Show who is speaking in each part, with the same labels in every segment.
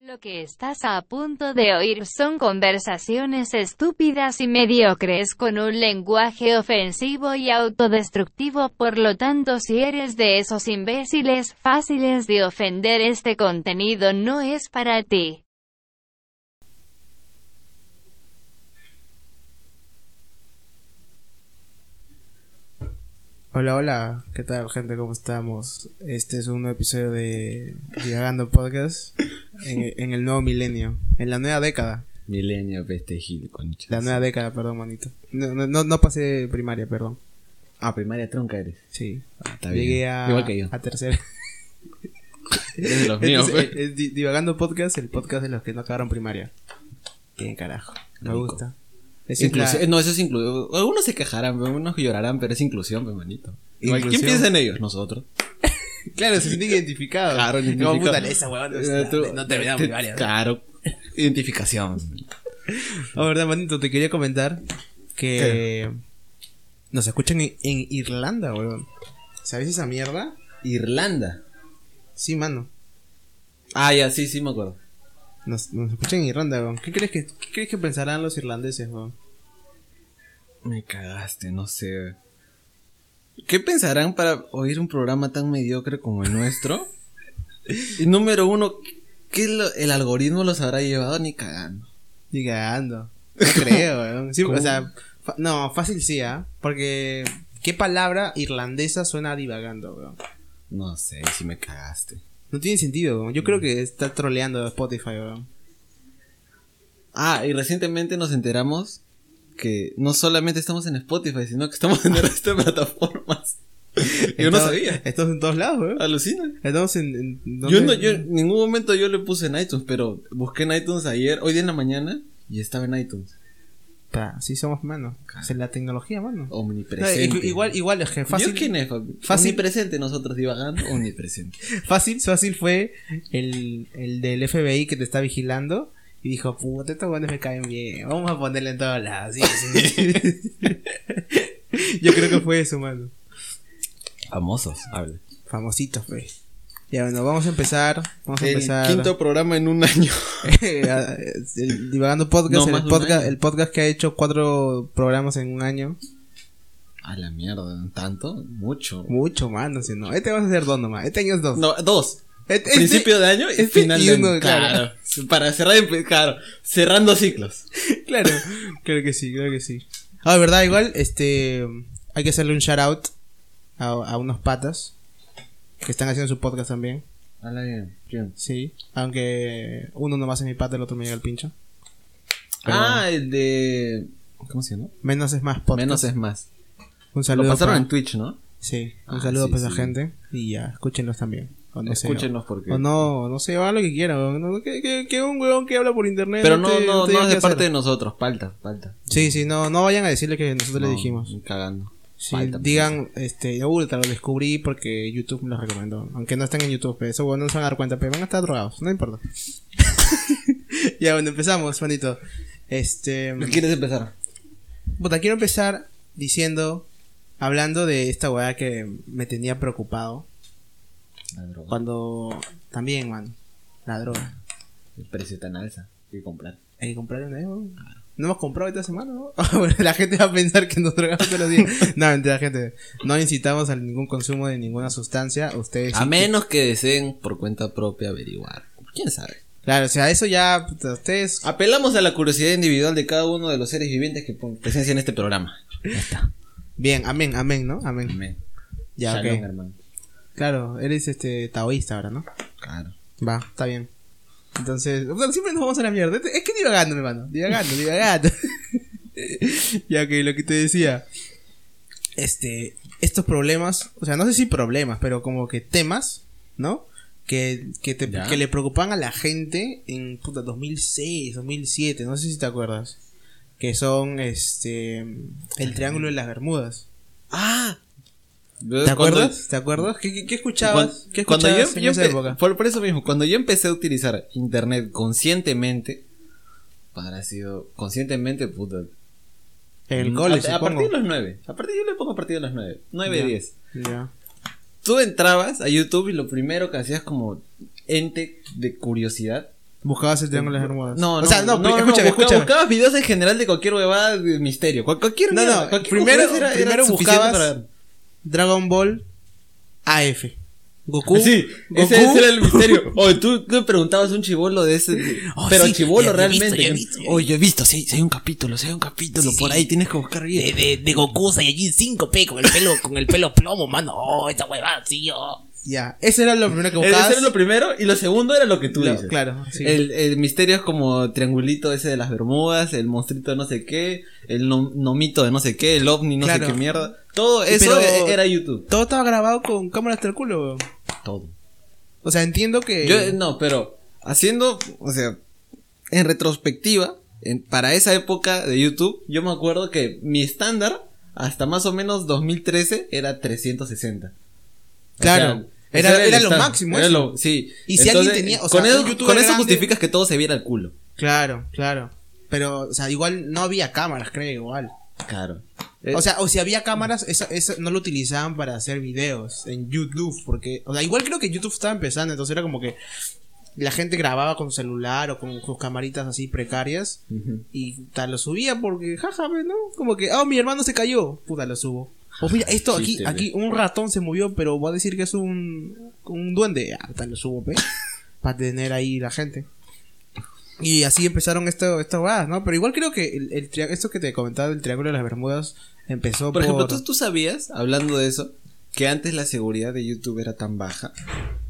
Speaker 1: Lo que estás a punto de oír son conversaciones estúpidas y mediocres con un lenguaje ofensivo y autodestructivo, por lo tanto si eres de esos imbéciles fáciles de ofender este contenido no es para ti.
Speaker 2: Hola, hola, ¿qué tal gente? ¿Cómo estamos? Este es un nuevo episodio de Divagando Podcast en, en el nuevo milenio, en la nueva década.
Speaker 3: Milenio Peste Gil, concha.
Speaker 2: La nueva década, perdón, manito. No, no, no, no pasé primaria, perdón.
Speaker 3: Ah, primaria tronca eres.
Speaker 2: Sí.
Speaker 3: Ah, Está
Speaker 2: Llegué
Speaker 3: bien.
Speaker 2: a,
Speaker 3: Igual que yo.
Speaker 2: a tercera.
Speaker 3: Eres de los
Speaker 2: Este
Speaker 3: míos,
Speaker 2: es,
Speaker 3: pues.
Speaker 2: es Di- Divagando Podcast, el podcast de los que no acabaron primaria. Bien, carajo. Me
Speaker 3: Rico.
Speaker 2: gusta. Es
Speaker 3: Inclusión-
Speaker 2: una-
Speaker 3: No, eso es inclusión. Algunos se quejarán, pero unos llorarán, pero es inclusión, pues, manito. Igual, ¿Quién
Speaker 2: Inclusión.
Speaker 3: piensa en ellos? Nosotros.
Speaker 2: Claro, se sienten identificados.
Speaker 3: Claro,
Speaker 2: Como,
Speaker 3: identificado.
Speaker 2: puta, esa huevada no
Speaker 3: Eh,
Speaker 2: está-
Speaker 3: tú-
Speaker 2: no terminamos
Speaker 3: te-
Speaker 2: primaria.
Speaker 3: Claro. Identificación.
Speaker 2: Ah, verdad, manito, te quería comentar que nos escuchan en, en Irlanda, weón. ¿Sabes esa mierda?
Speaker 3: Irlanda.
Speaker 2: Sí, mano.
Speaker 3: Ah, ya, sí, sí, me acuerdo.
Speaker 2: Nos, nos escuchan en Irlanda, weón. ¿Qué crees que, qué crees que pensarán los irlandeses, weón?
Speaker 3: Me cagaste, no sé. ¿Qué pensarán para oír un programa tan mediocre como el nuestro? y número uno, ¿qué lo- el algoritmo los habrá llevado ni cagando?
Speaker 2: Ni cagando. No creo, weón. Sí,
Speaker 3: ¿Cómo?
Speaker 2: o sea, fa- no, fácil sí, ¿ah? Porque, ¿qué palabra irlandesa suena divagando, weón?
Speaker 3: No sé, si me cagaste.
Speaker 2: No tiene sentido, weón. Yo creo que está troleando a Spotify, weón.
Speaker 3: Ah, y recientemente nos enteramos que no solamente estamos en Spotify, sino que estamos en el resto de plataformas. yo no
Speaker 2: Estamos-
Speaker 3: sabía.
Speaker 2: Estamos en todos lados, weón.
Speaker 3: Alucina.
Speaker 2: Estamos en... en-
Speaker 3: Yo no,
Speaker 2: ¿dónde?
Speaker 3: yo en ningún momento yo le puse en iTunes, pero busqué en iTunes ayer, hoy día en la mañana, y estaba en iTunes.
Speaker 2: Pa, sí somos mano. Es la tecnología, mano.
Speaker 3: Omnipresente.
Speaker 2: No, i- igual, igual, es que
Speaker 3: Fácil.
Speaker 2: fácil,
Speaker 3: ¿Yo quién es? Fabi?
Speaker 2: Fácil.
Speaker 3: Omnipresente nosotros divagando. Omnipresente.
Speaker 2: fácil, fácil fue el, el del FBI que te está vigilando y dijo, puta, estos guantes me caen bien, vamos a ponerle en todos lados. Sí, sí. Yo creo que fue eso, mano.
Speaker 3: Famosos, habla.
Speaker 2: Famosito fue. Ya bueno, vamos a empezar, vamos a
Speaker 3: El
Speaker 2: empezar.
Speaker 3: quinto programa en un año.
Speaker 2: el divagando podcast,
Speaker 3: No, más
Speaker 2: el
Speaker 3: de un
Speaker 2: podcast,
Speaker 3: año.
Speaker 2: el podcast que ha hecho cuatro programas en un año.
Speaker 3: A la mierda, ¿tanto? Mucho.
Speaker 2: Mucho, mano, si no. Este vas a hacer dos nomás, este año es dos.
Speaker 3: No, dos.
Speaker 2: Este- este-
Speaker 3: Principio de año y
Speaker 2: este
Speaker 3: final
Speaker 2: y
Speaker 3: de
Speaker 2: uno,
Speaker 3: año. Claro. Para cerrar, empe- claro. Cerrando ciclos.
Speaker 2: Claro, creo que sí, creo que sí. Ah, de verdad, igual, este. Hay que hacerle un shout out a, a unos patas que están haciendo su podcast también.
Speaker 3: Habla bien. bien.
Speaker 2: Sí, aunque uno nomás es mi pata, el otro me llega el pincho. Pero
Speaker 3: Ah, el de. ¿Cómo se llama?
Speaker 2: menos es más podcast.
Speaker 3: Menos es más.
Speaker 2: Un
Speaker 3: Lo
Speaker 2: saludo.
Speaker 3: pasaron
Speaker 2: pa-
Speaker 3: en Twitch, ¿no?
Speaker 2: Sí, un
Speaker 3: Ah,
Speaker 2: saludo
Speaker 3: sí,
Speaker 2: para esa
Speaker 3: sí.
Speaker 2: gente. Y ya, escúchenlos también. O no sé,
Speaker 3: Escúchenlos porque.
Speaker 2: O no, no sé, hagan lo que quieran. o no- que, que- que un weón que habla por internet.
Speaker 3: Pero
Speaker 2: te-
Speaker 3: no, no,
Speaker 2: te
Speaker 3: no
Speaker 2: diga
Speaker 3: es
Speaker 2: qué
Speaker 3: de
Speaker 2: hacer.
Speaker 3: parte de nosotros. Falta, falta.
Speaker 2: Sí, sí, no, no vayan a decirle que nosotros le
Speaker 3: No,
Speaker 2: dijimos.
Speaker 3: Cagando.
Speaker 2: Sí,
Speaker 3: Falta, pues,
Speaker 2: digan, este, yo ultra lo descubrí porque YouTube me lo recomendó. Aunque no están en YouTube, pero eso bueno, no se van a dar cuenta, pero van a estar drogados, no importa. ya, bueno, empezamos, manito. Este.
Speaker 3: ¿Quieres empezar?
Speaker 2: Puta, quiero empezar diciendo, hablando de esta weá que me tenía preocupado.
Speaker 3: La droga.
Speaker 2: Cuando. También, man, la droga.
Speaker 3: El precio tan alza. Hay que comprar.
Speaker 2: Hay que comprar una, ¿eh, weón? No hemos comprado esta semana, ¿no? Bueno, la gente va a pensar que nos drogamos todos los días. No, mentira, gente. No incitamos a ningún consumo de ninguna sustancia. Ustedes.
Speaker 3: A menos que deseen por cuenta propia averiguar. ¿Quién sabe?
Speaker 2: Claro, o sea, eso ya, puta, ustedes.
Speaker 3: Apelamos a la curiosidad individual de cada uno de los seres vivientes que pon- presencian este programa. Ya está.
Speaker 2: Bien, amén, amén, ¿no? Amén.
Speaker 3: Amén.
Speaker 2: Ya,
Speaker 3: Shalom,
Speaker 2: ok.
Speaker 3: hermano.
Speaker 2: Claro, eres este taoísta ahora, ¿no?
Speaker 3: Claro.
Speaker 2: Va, está bien. Entonces, o sea, siempre nos vamos a la mierda. Es que divagando, mi hermano. Divagando, divagando. ya que lo que te decía. Este, estos problemas, o sea, no sé si problemas, pero como que temas, ¿no? Que, que, te-
Speaker 3: Ya.
Speaker 2: que le preocupaban a la gente en puta, 2006, 2007, no sé si te acuerdas. Que son, este, el Triángulo de las Bermudas.
Speaker 3: ¡Ah!
Speaker 2: ¿Te acuerdas? ¿Te acuerdas? ¿Qué, qué, qué escuchabas? ¿Qué
Speaker 3: Cuando
Speaker 2: escuchabas
Speaker 3: yo,
Speaker 2: en
Speaker 3: yo
Speaker 2: esa
Speaker 3: empe-
Speaker 2: época?
Speaker 3: Por, por eso mismo, cuando yo empecé a utilizar internet conscientemente, para sido conscientemente, puta.
Speaker 2: En el
Speaker 3: Mm,
Speaker 2: cole,
Speaker 3: a, a
Speaker 2: supongo.
Speaker 3: partir de los 9. A partir, yo le pongo a partir de los 9. 9,
Speaker 2: Ya.
Speaker 3: 10.
Speaker 2: Ya.
Speaker 3: Tú entrabas a YouTube y lo primero que hacías como ente de curiosidad
Speaker 2: Buscabas el triángulo de las Bermudas.
Speaker 3: No, no,
Speaker 2: o sea, no, pri- escúchame,
Speaker 3: busca-
Speaker 2: escúchame.
Speaker 3: Buscabas videos en general de cualquier huevada de misterio. cual- Cualquier
Speaker 2: No,
Speaker 3: mierda,
Speaker 2: no,
Speaker 3: cualquier
Speaker 2: primero-
Speaker 3: huevada era- era
Speaker 2: primero
Speaker 3: suficiente
Speaker 2: buscabas-
Speaker 3: para-
Speaker 2: Dragon Ball AF. Goku.
Speaker 3: Sí,
Speaker 2: Goku.
Speaker 3: ese, ese era el misterio. Oye, tú tú le preguntabas a un chivolo de ese.
Speaker 4: Oh,
Speaker 3: pero
Speaker 4: sí,
Speaker 3: chivolo
Speaker 4: ya he visto,
Speaker 3: realmente.
Speaker 4: ya he visto, ya he
Speaker 3: Oye, yo he visto, sí, sí hay un capítulo, sí hay un capítulo.
Speaker 4: Sí,
Speaker 3: por
Speaker 4: sí.
Speaker 3: ahí tienes que buscar bien.
Speaker 4: De, de, de Goku Saiyajin 5, pe, con el pelo, con el pelo plomo, mano. Oh, esa huevada, sí, oh.
Speaker 2: Ya, eso era lo primero que
Speaker 3: Ese
Speaker 2: buscabas.
Speaker 3: era lo primero y lo segundo era lo que tú
Speaker 2: Lo-
Speaker 3: dices.
Speaker 2: claro, sí.
Speaker 3: El, el misterio es como triangulito ese de las Bermudas, el monstruito de no sé qué, el nom- nomito de no sé qué, el ovni no
Speaker 2: Claro.
Speaker 3: sé qué mierda. Todo
Speaker 2: Sí,
Speaker 3: eso
Speaker 2: pero-
Speaker 3: e- era YouTube.
Speaker 2: Todo estaba grabado con cámaras hasta el culo, weón.
Speaker 3: Todo.
Speaker 2: O sea, entiendo que.
Speaker 3: Yo, eh, no, pero haciendo, o sea, en retrospectiva, en- para esa época de YouTube, yo me acuerdo que mi estándar, hasta más o menos 2013, era 360. O
Speaker 2: Claro.
Speaker 3: sea,
Speaker 2: Era-
Speaker 3: ese el
Speaker 2: era lo
Speaker 3: estándar.
Speaker 2: máximo
Speaker 3: Era
Speaker 2: eso.
Speaker 3: lo- sí.
Speaker 2: Y si alguien tenía- o sea,
Speaker 3: con
Speaker 2: un
Speaker 3: eso,
Speaker 2: youtuber
Speaker 3: con eso
Speaker 2: grande-
Speaker 3: justificas que todo se viera el culo.
Speaker 2: Claro, claro. Pero, o sea, igual no había cámaras, creo, igual.
Speaker 3: Claro. Eh,
Speaker 2: O sea, o si había cámaras, eso, eso no lo utilizaban para hacer videos en YouTube. Porque, o sea, igual creo que YouTube estaba empezando, entonces era como que la gente grababa con celular o con sus camaritas así precarias. Y puta, lo subía porque, jaja, pues, ¿no? Como que, oh, mi hermano se cayó. Puta, lo subo. O mira, esto aquí,
Speaker 3: Ah, Chiste,
Speaker 2: aquí un ratón se movió, pero voy a decir que es un, un duende. Ah, puta, lo subo, pe. Para tener ahí la gente. Y así empezaron esto, estas huevadas, ¿no? Pero igual creo que el, el tria- esto que te comentaba del Triángulo de las Bermudas empezó
Speaker 3: por ejemplo, ¿tú, tú sabías, hablando de eso, que antes la seguridad de YouTube era tan baja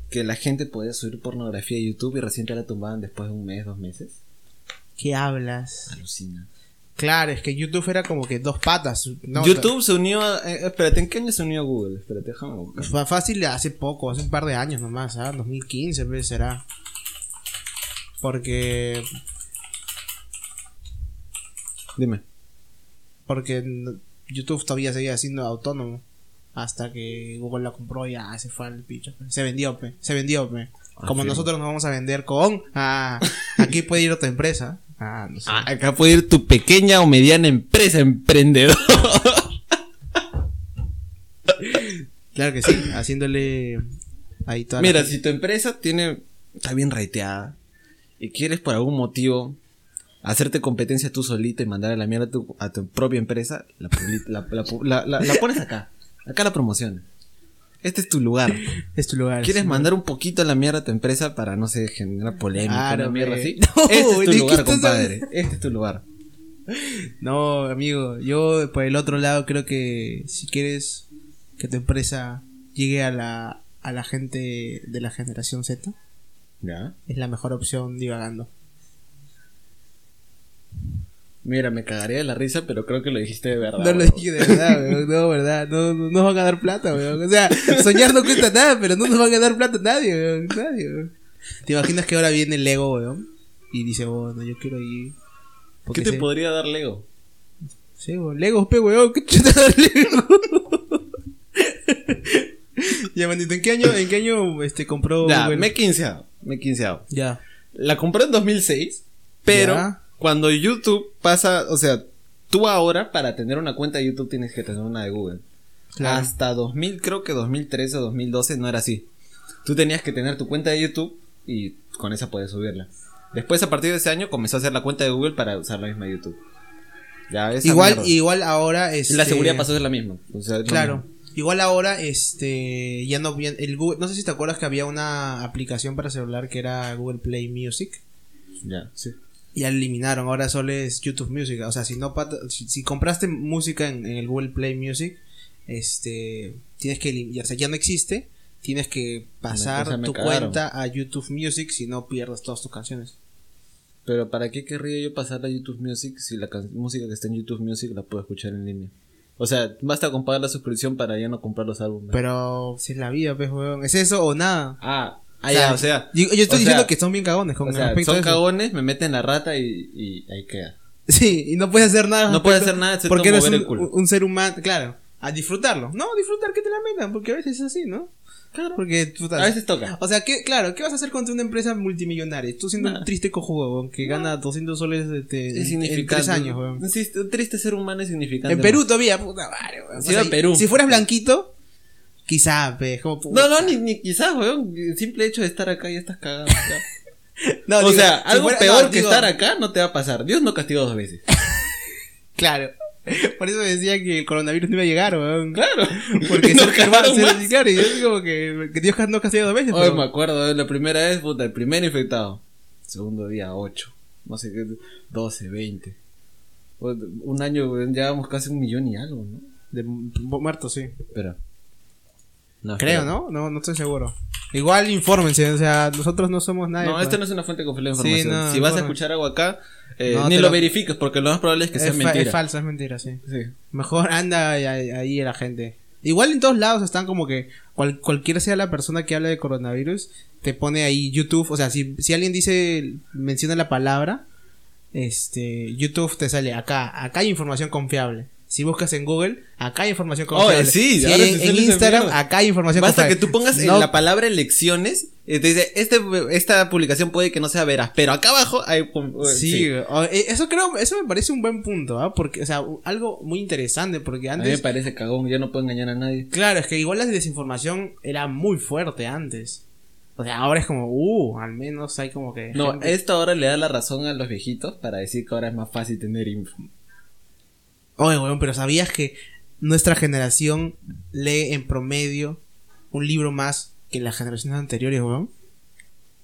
Speaker 3: que la gente podía subir pornografía a YouTube y recién te la tumbaban después de un mes, dos meses?
Speaker 2: ¿Qué hablas?
Speaker 3: Alucina.
Speaker 2: Claro, es que YouTube era como que dos patas. ¿no?
Speaker 3: YouTube se unió a. eh, espérate, ¿en qué año se unió a Google? Espérate, déjame buscar.
Speaker 2: Fue Pues fácil hace poco, hace un par de años nomás, ¿ah? 2015 pues, será. Porque.
Speaker 3: Dime.
Speaker 2: Porque n- YouTube todavía seguía siendo autónomo. Hasta que Google la compró y ya se fue al picho. pe. Se vendió, pe. Se vendió, pe. Como
Speaker 3: Ah, sí.
Speaker 2: nosotros nos vamos a vender con. Ah, aquí puede ir otra empresa. Ah, no sé.
Speaker 3: Ah, acá puede ir tu pequeña o mediana empresa emprendedor.
Speaker 2: Claro que sí, haciéndole. Ahí toda la-
Speaker 3: Mira, si tu empresa tiene. Está bien rateada. Y quieres por algún motivo. Hacerte competencia tú solito y mandar a la mierda a tu, a tu propia empresa. La, publi- la- la pu- la- la- la pones acá. Acá la promocionas. Este es tu lugar.
Speaker 2: es tu lugar.
Speaker 3: ¿Quieres
Speaker 2: sí.
Speaker 3: mandar un poquito a la mierda a tu empresa para no sé generar polémica?
Speaker 2: Claro,
Speaker 3: una mierda
Speaker 2: pe.
Speaker 3: así.
Speaker 2: No,
Speaker 3: este es
Speaker 2: ¿de
Speaker 3: tu
Speaker 2: qué
Speaker 3: lugar,
Speaker 2: estás
Speaker 3: compadre. Este es tu lugar.
Speaker 2: No, amigo, yo por el otro lado creo que si quieres que tu empresa llegue a la, a la gente de la generación Z,
Speaker 3: Ya.
Speaker 2: es la mejor opción divagando.
Speaker 3: Mira, me cagaría de la risa, pero creo que lo dijiste de verdad.
Speaker 2: No lo
Speaker 3: weón.
Speaker 2: dije de verdad, weón, no, verdad, no, no nos van a dar plata, weón. O sea, soñar no cuesta nada, pero no nos van a dar plata nadie, weón, nadie, weón. ¿Te imaginas que ahora viene el Lego, weón? Y dice, bueno, yo quiero ir.
Speaker 3: ¿Qué
Speaker 2: porque
Speaker 3: te
Speaker 2: sé-
Speaker 3: podría dar Lego?
Speaker 2: Sí, weón. Legos, pe, weón. ¿Qué chuta de Lego? ya, manito, ¿en qué año, en qué año este, compró
Speaker 3: ya,
Speaker 2: Google?
Speaker 3: me he quinceado. Me he quinceado.
Speaker 2: Ya.
Speaker 3: La compré en 2006, pero
Speaker 2: Ya.
Speaker 3: cuando YouTube pasa, o sea, tú ahora para tener una cuenta de YouTube tienes que tener una de Google.
Speaker 2: Claro.
Speaker 3: Hasta 2000, creo que 2013 o 2012 no era así. Tú tenías que tener tu cuenta de YouTube y con esa podías subirla. Después, a partir de ese año, comenzó a hacer la cuenta de Google para usar la misma YouTube. Ya, esa
Speaker 2: Igual,
Speaker 3: mierda.
Speaker 2: igual ahora es.
Speaker 3: La seguridad pasó a ser la misma. o sea, es lo
Speaker 2: Claro.
Speaker 3: mismo.
Speaker 2: Igual ahora, este. Ya no. ya- El Google, no sé si te acuerdas que había una aplicación para celular que era Google Play Music.
Speaker 3: Ya, sí.
Speaker 2: Ya la eliminaron, ahora solo es YouTube Music. O sea, si no pat- si, si compraste música en, en el Google Play Music, este tienes que elim- ya, o sea, ya no existe, tienes que pasar
Speaker 3: o sea, me
Speaker 2: tu
Speaker 3: cagaron.
Speaker 2: cuenta a YouTube Music si no pierdas todas tus canciones.
Speaker 3: Pero ¿para qué querría yo pasar a YouTube Music si la can- música que está en YouTube Music la puedo escuchar en línea? O sea, basta con pagar la suscripción para ya no comprar los álbumes.
Speaker 2: Pero si es la vida, pues weón, es eso o nada.
Speaker 3: ah, ah, ya, o sea.
Speaker 2: yo, yo estoy
Speaker 3: o
Speaker 2: diciendo
Speaker 3: sea,
Speaker 2: que son bien cagones con
Speaker 3: o sea,
Speaker 2: respecto a
Speaker 3: son
Speaker 2: eso.
Speaker 3: cagones, me meten la rata y, y ahí queda.
Speaker 2: Sí, y no puedes hacer nada.
Speaker 3: No puedes hacer nada excepto
Speaker 2: porque eres
Speaker 3: mover
Speaker 2: un,
Speaker 3: el culo.
Speaker 2: un ser humano, claro, a disfrutarlo. No, disfrutar que te la metan, porque a veces es así, ¿no? Claro. Porque puta,
Speaker 3: A veces toca.
Speaker 2: O sea, que, claro, ¿qué vas a hacer contra una empresa multimillonaria? Tú siendo un
Speaker 3: Nada.
Speaker 2: triste cojudo, weón, que gana 200 soles este, en-
Speaker 3: Es
Speaker 2: en
Speaker 3: significante.
Speaker 2: tres años, weón.
Speaker 3: Sí, un triste ser humano es significante.
Speaker 2: En Perú todavía, puta madre, weón.
Speaker 3: Si iba a Perú.
Speaker 2: Si fueras blanquito, quizá, pe, es como...
Speaker 3: No, no, ni, ni quizás, weón. El simple hecho de estar acá ya estás cagado. ya.
Speaker 2: No,
Speaker 3: o
Speaker 2: digo,
Speaker 3: sea,
Speaker 2: si
Speaker 3: algo
Speaker 2: fuera-
Speaker 3: peor
Speaker 2: no,
Speaker 3: que
Speaker 2: digo,
Speaker 3: estar acá no te va a pasar. Dios no castigó dos veces.
Speaker 2: Claro. Por eso decía que el coronavirus no iba a llegar, weón.
Speaker 3: Claro.
Speaker 2: Porque
Speaker 3: no
Speaker 2: ser peruano,
Speaker 3: cagaron
Speaker 2: ser-
Speaker 3: más.
Speaker 2: sí, claro, y yo digo que, que Dios no castigó dos veces.
Speaker 3: Hoy
Speaker 2: pero-
Speaker 3: me acuerdo, eh, la primera vez, puta, el primer infectado. Segundo día, 8. No sé qué, 12, 20. Puta, Un año, weón, llevamos casi un millón y algo, ¿no?
Speaker 2: De mu- muertos, sí.
Speaker 3: Espera. No,
Speaker 2: Creo,
Speaker 3: espera.
Speaker 2: ¿no? No, no estoy seguro. Igual infórmense, o sea, nosotros no somos nadie.
Speaker 3: No,
Speaker 2: pa-
Speaker 3: esta no es una fuente confiable de
Speaker 2: Sí,
Speaker 3: información.
Speaker 2: no,
Speaker 3: si vas a
Speaker 2: bueno.
Speaker 3: escuchar algo acá, eh,
Speaker 2: No,
Speaker 3: ni
Speaker 2: te
Speaker 3: lo
Speaker 2: lo-
Speaker 3: verifiques porque lo más probable es que sea
Speaker 2: es, fa-
Speaker 3: mentira.
Speaker 2: es falsa, es mentira, sí.
Speaker 3: Sí.
Speaker 2: Mejor anda ahí, ahí- ahí la gente. Igual en todos lados están como que cual- cualquiera sea la persona que habla de coronavirus, te pone ahí YouTube. O sea, si, si alguien dice, menciona la palabra, este, YouTube te sale acá. Acá hay información confiable. Si buscas en Google, acá hay información confiable.
Speaker 3: Oh, sí,
Speaker 2: Si
Speaker 3: ahora
Speaker 2: en,
Speaker 3: se
Speaker 2: en
Speaker 3: sale esa
Speaker 2: Instagram,
Speaker 3: mierda.
Speaker 2: acá hay información
Speaker 3: Basta que
Speaker 2: confiable.
Speaker 3: tú pongas en
Speaker 2: No-
Speaker 3: la palabra elecciones y te dice, este, esta publicación puede que no sea veraz, pero acá abajo hay...
Speaker 2: Sí, o- eh, eso creo, eso me parece un buen punto, ¿ah? Porque, o sea, u- algo muy interesante, porque
Speaker 3: A mí me
Speaker 2: antes.
Speaker 3: parece cagón, yo no puedo engañar a nadie.
Speaker 2: Claro, es que igual la desinformación era muy fuerte antes. O sea, ahora es como, uh, al menos hay como que.
Speaker 3: No,
Speaker 2: gente-
Speaker 3: esto ahora le da la razón a los viejitos para decir que ahora es más fácil tener info.
Speaker 2: Oye, weón, pero ¿sabías que nuestra generación lee en promedio un libro más que las generaciones anteriores, weón?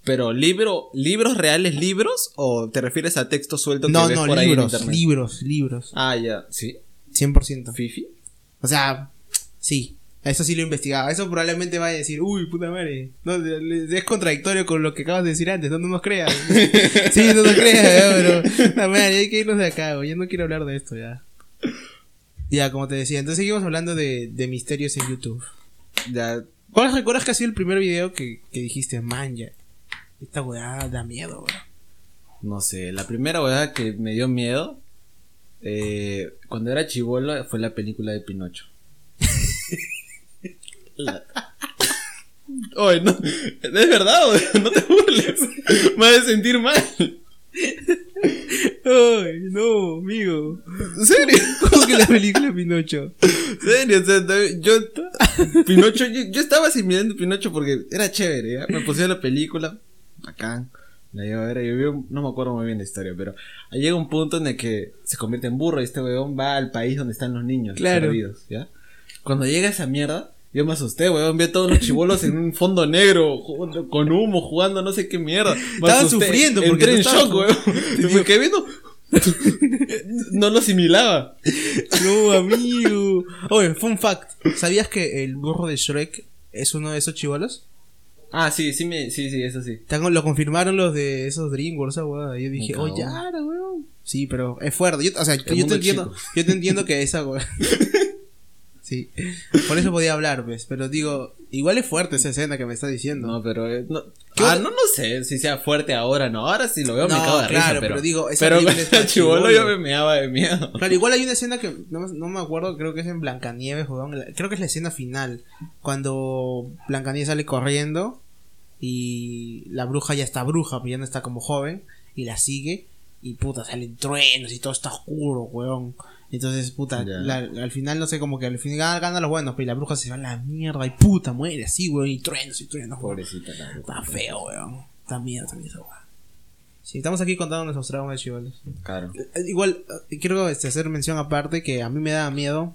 Speaker 3: Pero libro, libros reales, libros o te refieres a texto suelto que
Speaker 2: No,
Speaker 3: ves
Speaker 2: no,
Speaker 3: por ahí en
Speaker 2: libros,
Speaker 3: internet?
Speaker 2: libros, libros.
Speaker 3: Ah, ya, sí.
Speaker 2: 100%.
Speaker 3: Fifi.
Speaker 2: O sea, sí. Eso sí lo investigaba. Eso probablemente vaya a decir, uy, puta madre. No, le- le- es contradictorio con lo que acabas de decir antes. No, no nos creas. sí, no nos creas, ya, pero. No, madre, hay que irnos de acá, güey. Yo no quiero hablar de esto ya. Ya, como te decía. Entonces seguimos hablando de, de misterios en YouTube.
Speaker 3: Ya,
Speaker 2: ¿Cuál recuerdas que ha sido el primer video que, que dijiste, man, ya? Esta weá da miedo, bro.
Speaker 3: no sé, la primera hueá que me dio miedo eh, cuando era chivolo fue la película de Pinocho. La- Oye, no, es verdad, oye, no te burles. Me vas a sentir mal.
Speaker 2: Ay, no, amigo. ¿En serio? ¿Cómo que la película Pinocho?
Speaker 3: En serio, o sea, no, yo, Pinocho, yo, yo estaba asimilando Pinocho porque era chévere, ¿ya? me pusieron la película, bacán, la llevo a ver, yo vi un- no me acuerdo muy bien la historia, pero ahí llega un punto en el que se convierte en burro y este weón va al país donde están los niños
Speaker 2: Claro.
Speaker 3: perdidos, ¿ya? Cuando llega esa mierda, yo me asusté, weón, vi a todos los chibolos en un fondo negro, jugando con humo, jugando no sé qué mierda. Me
Speaker 2: Estaban sufriendo porque
Speaker 3: entré
Speaker 2: no
Speaker 3: en
Speaker 2: estaban
Speaker 3: shock, weón, me quedé viendo, no lo asimilaba.
Speaker 2: No, amigo. Oye, fun fact. ¿Sabías que el burro de Shrek es uno de esos chivalos?
Speaker 3: Ah, sí, sí, me, sí, sí, eso sí.
Speaker 2: Lo confirmaron los de esos DreamWorks, esa huevada. Yo dije,
Speaker 3: cago.
Speaker 2: oye, ahora, weón. Sí, pero es fuerte. Yo, o sea, yo
Speaker 3: mundo
Speaker 2: te entiendo.
Speaker 3: chico.
Speaker 2: Yo te entiendo que esa huevada. Sí. Por eso podía hablar, pues. Pero digo, igual es fuerte esa escena que me estás diciendo.
Speaker 3: No, pero eh, no,
Speaker 2: ¿Qué
Speaker 3: ah,
Speaker 2: otra-
Speaker 3: no, no sé si sea fuerte ahora, no. Ahora sí lo veo, me
Speaker 2: No,
Speaker 3: cago de risa,
Speaker 2: claro,
Speaker 3: pero,
Speaker 2: pero digo, esa
Speaker 3: pero
Speaker 2: película
Speaker 3: cuando
Speaker 2: es para
Speaker 3: era chibolo
Speaker 2: chibolos.
Speaker 3: yo me meaba de miedo.
Speaker 2: Claro, igual hay una escena que no, me- no me acuerdo, creo que es en Blancanieves, weón, la- creo que es la escena final, cuando Blancanieves sale corriendo y la bruja ya está bruja, pero ya no está como joven, y la sigue, y puta, salen truenos y todo está oscuro, weón. Entonces, puta,
Speaker 3: Ya.
Speaker 2: la- al final, no sé, como que al final gana los buenos, pero la bruja se va a la mierda y puta, muere así, weón, y truenos y truenos, weón.
Speaker 3: Pobrecita la bruja.
Speaker 2: Está feo, weón. Está miedo también esa weón. Sí, estamos aquí contando nuestros traumas de chivolos.
Speaker 3: Claro.
Speaker 2: Eh, Igual, eh, quiero este, hacer mención aparte que a mí me daba miedo.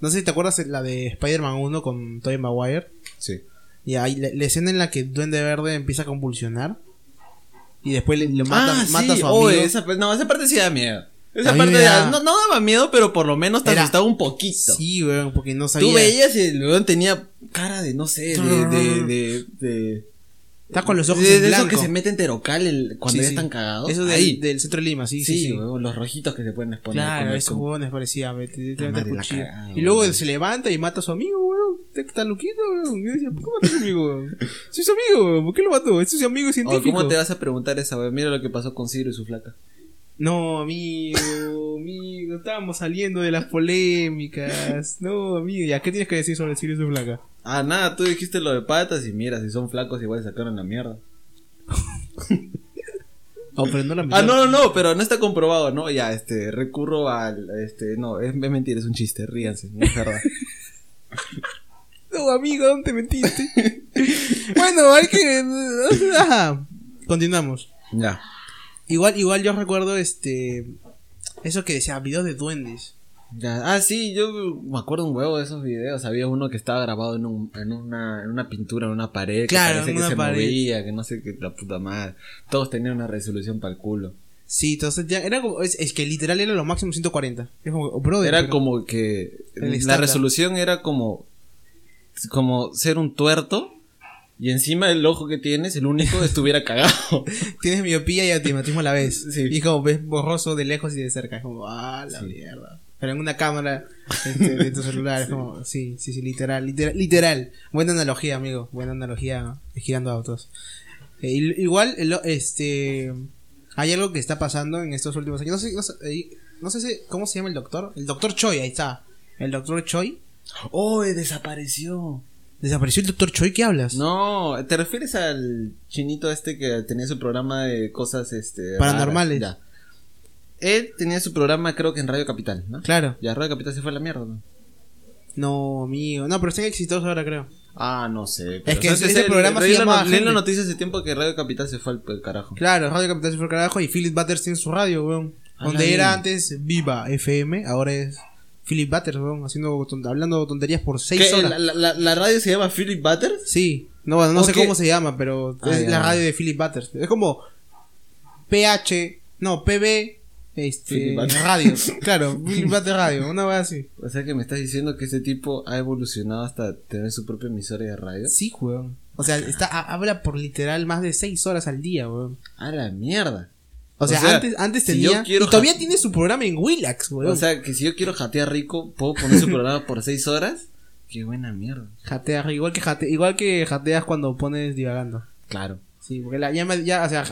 Speaker 2: No sé si te acuerdas la de Spider-Man 1 con Tobey Maguire.
Speaker 3: Sí.
Speaker 2: Y ahí la, la escena en la que Duende Verde empieza a convulsionar. Y después le, le mata, mata a su amigo.
Speaker 3: oye, Ah, Oh, esa, pe- no, esa parte sí da miedo.
Speaker 2: A
Speaker 3: Esa
Speaker 2: mí
Speaker 3: parte
Speaker 2: me
Speaker 3: da-
Speaker 2: da-
Speaker 3: no, no daba miedo, pero por lo menos te
Speaker 2: Era-
Speaker 3: asustaba un poquito.
Speaker 2: Sí, weón, porque no sabía.
Speaker 3: Tú veías y el weón tenía cara de, no sé, de. de, de, de-
Speaker 2: Está
Speaker 3: Ah,
Speaker 2: con los ojos
Speaker 3: de,
Speaker 2: en
Speaker 3: de
Speaker 2: blanco.
Speaker 3: esos que se meten terocal el- cuando
Speaker 2: Sí,
Speaker 3: ya
Speaker 2: sí.
Speaker 3: están cagados.
Speaker 2: Eso de-
Speaker 3: Ahí.
Speaker 2: del centro de Lima, sí,
Speaker 3: sí,
Speaker 2: sí. sí.
Speaker 3: weón, los rojitos que se pueden exponer.
Speaker 2: Claro,
Speaker 3: con el-
Speaker 2: esos
Speaker 3: con-
Speaker 2: huevones parecía. me- te- te-
Speaker 3: La
Speaker 2: te-
Speaker 3: madre la
Speaker 2: cuchillo.
Speaker 3: cagada,
Speaker 2: Y luego
Speaker 3: weón.
Speaker 2: se levanta y mata a su amigo, weón. Está- Está loquito, weón. Yo decía, ¿por qué mató a su amigo, weón? Soy su amigo, weón. ¿Por qué lo mató? Es su amigo
Speaker 3: Oye,
Speaker 2: científico.
Speaker 3: Oh, ¿Cómo te vas a preguntar esa, weón? Mira lo que pasó con Ciro y su flaca.
Speaker 2: No, amigo, amigo, estábamos saliendo de las polémicas. No, amigo, ¿ya qué tienes que decir sobre el Sirius de Blanca?
Speaker 3: Ah, nada, tú dijiste lo de patas y mira, si son flacos igual se sacaron la mierda.
Speaker 2: No, pero no la
Speaker 3: Ah, no, no, no, pero no está comprobado, ¿no? Ya, este, recurro al, este, no, es, es mentira, es un chiste, ríanse, no es verdad.
Speaker 2: No, amigo, ¿dónde te mentiste? bueno, hay que. Ajá. Continuamos.
Speaker 3: Ya.
Speaker 2: Igual, igual yo recuerdo este. Eso que decía, videos de duendes.
Speaker 3: Ya. Ah, sí, yo me acuerdo un huevo de esos videos. Había uno que estaba grabado en, un- en una, en una pintura, en una pared. Que
Speaker 2: Claro,
Speaker 3: parece
Speaker 2: en
Speaker 3: que
Speaker 2: una
Speaker 3: se
Speaker 2: pared.
Speaker 3: movía, que no sé qué, la puta madre. Todos tenían una resolución para el culo.
Speaker 2: Sí, entonces ya era como. Es, es que literal era lo máximo 140. Es como, oh, brother,
Speaker 3: Era
Speaker 2: pero-
Speaker 3: como que
Speaker 2: El
Speaker 3: la
Speaker 2: estándar.
Speaker 3: resolución era como como ser un tuerto y encima el ojo que tienes el único estuviera cagado.
Speaker 2: Tienes miopía y astigmatismo a la vez.
Speaker 3: Sí.
Speaker 2: Y es como ves borroso de lejos y de cerca. Es como, ah, la mierda. Pero en una cámara este, de tu celular. Es como, sí, sí, sí, literal, literal. literal. Buena analogía, amigo. Buena analogía. eh, Girando autos. Eh, y- igual, lo- este. Hay algo que está pasando en estos últimos años. No sé, no sé, eh, no sé si- cómo se llama el doctor. El doctor Choi, ahí está. El doctor Choi.
Speaker 3: ¡Oh, desapareció!
Speaker 2: ¿Desapareció el doctor Choi? ¿Qué hablas?
Speaker 3: No, ¿te refieres al chinito este que tenía su programa de cosas este
Speaker 2: Paranormales.
Speaker 3: raras? Ya. Él tenía su programa creo que en Radio Capital, ¿no?
Speaker 2: Claro.
Speaker 3: Ya Radio Capital se fue a la mierda. ¿no?
Speaker 2: No, amigo. No, pero están exitosos ahora, creo.
Speaker 3: Ah, no sé.
Speaker 2: que
Speaker 3: antes
Speaker 2: ese
Speaker 3: él-
Speaker 2: programa se
Speaker 3: leí la
Speaker 2: llamaba
Speaker 3: no- leí la
Speaker 2: Gente.
Speaker 3: noticia hace tiempo que Radio Capital se fue al al carajo.
Speaker 2: Claro, Radio Capital se fue al carajo y Philip Butters tiene su radio, weón.
Speaker 3: Ah,
Speaker 2: Donde
Speaker 3: la
Speaker 2: era
Speaker 3: mierda.
Speaker 2: antes Viva FM, ahora es Philip Butters, weón, haciendo ton- hablando tonterías por
Speaker 3: ¿Qué?
Speaker 2: seis horas.
Speaker 3: ¿La- la- la, la radio se llama Philip Butters?
Speaker 2: Sí, no, bueno, no sé
Speaker 3: Ok.
Speaker 2: cómo se llama, pero
Speaker 3: Ah,
Speaker 2: es
Speaker 3: ya.
Speaker 2: la radio de Philip Butters. Es como PH, no, PB, este,
Speaker 3: Philip Butters.
Speaker 2: radio. claro, Philip Butters Radio, una vez así.
Speaker 3: O sea que me estás diciendo que ese tipo ha evolucionado hasta tener su propia emisora de radio.
Speaker 2: Sí, weón. O sea, está, ha- habla por literal más de seis horas al día, weón.
Speaker 3: A la mierda.
Speaker 2: O
Speaker 3: O
Speaker 2: sea,
Speaker 3: sea,
Speaker 2: antes, antes
Speaker 3: si yo
Speaker 2: tenía.
Speaker 3: quiero
Speaker 2: y todavía
Speaker 3: ja-
Speaker 2: tiene su programa en Willax, weón.
Speaker 3: O sea que si yo quiero jatear rico, puedo poner su programa por seis horas. Qué buena mierda.
Speaker 2: Jateas, igual que, jate, igual que jateas cuando pones divagando.
Speaker 3: Claro,
Speaker 2: Sí, porque la, ya, me- ya, o sea,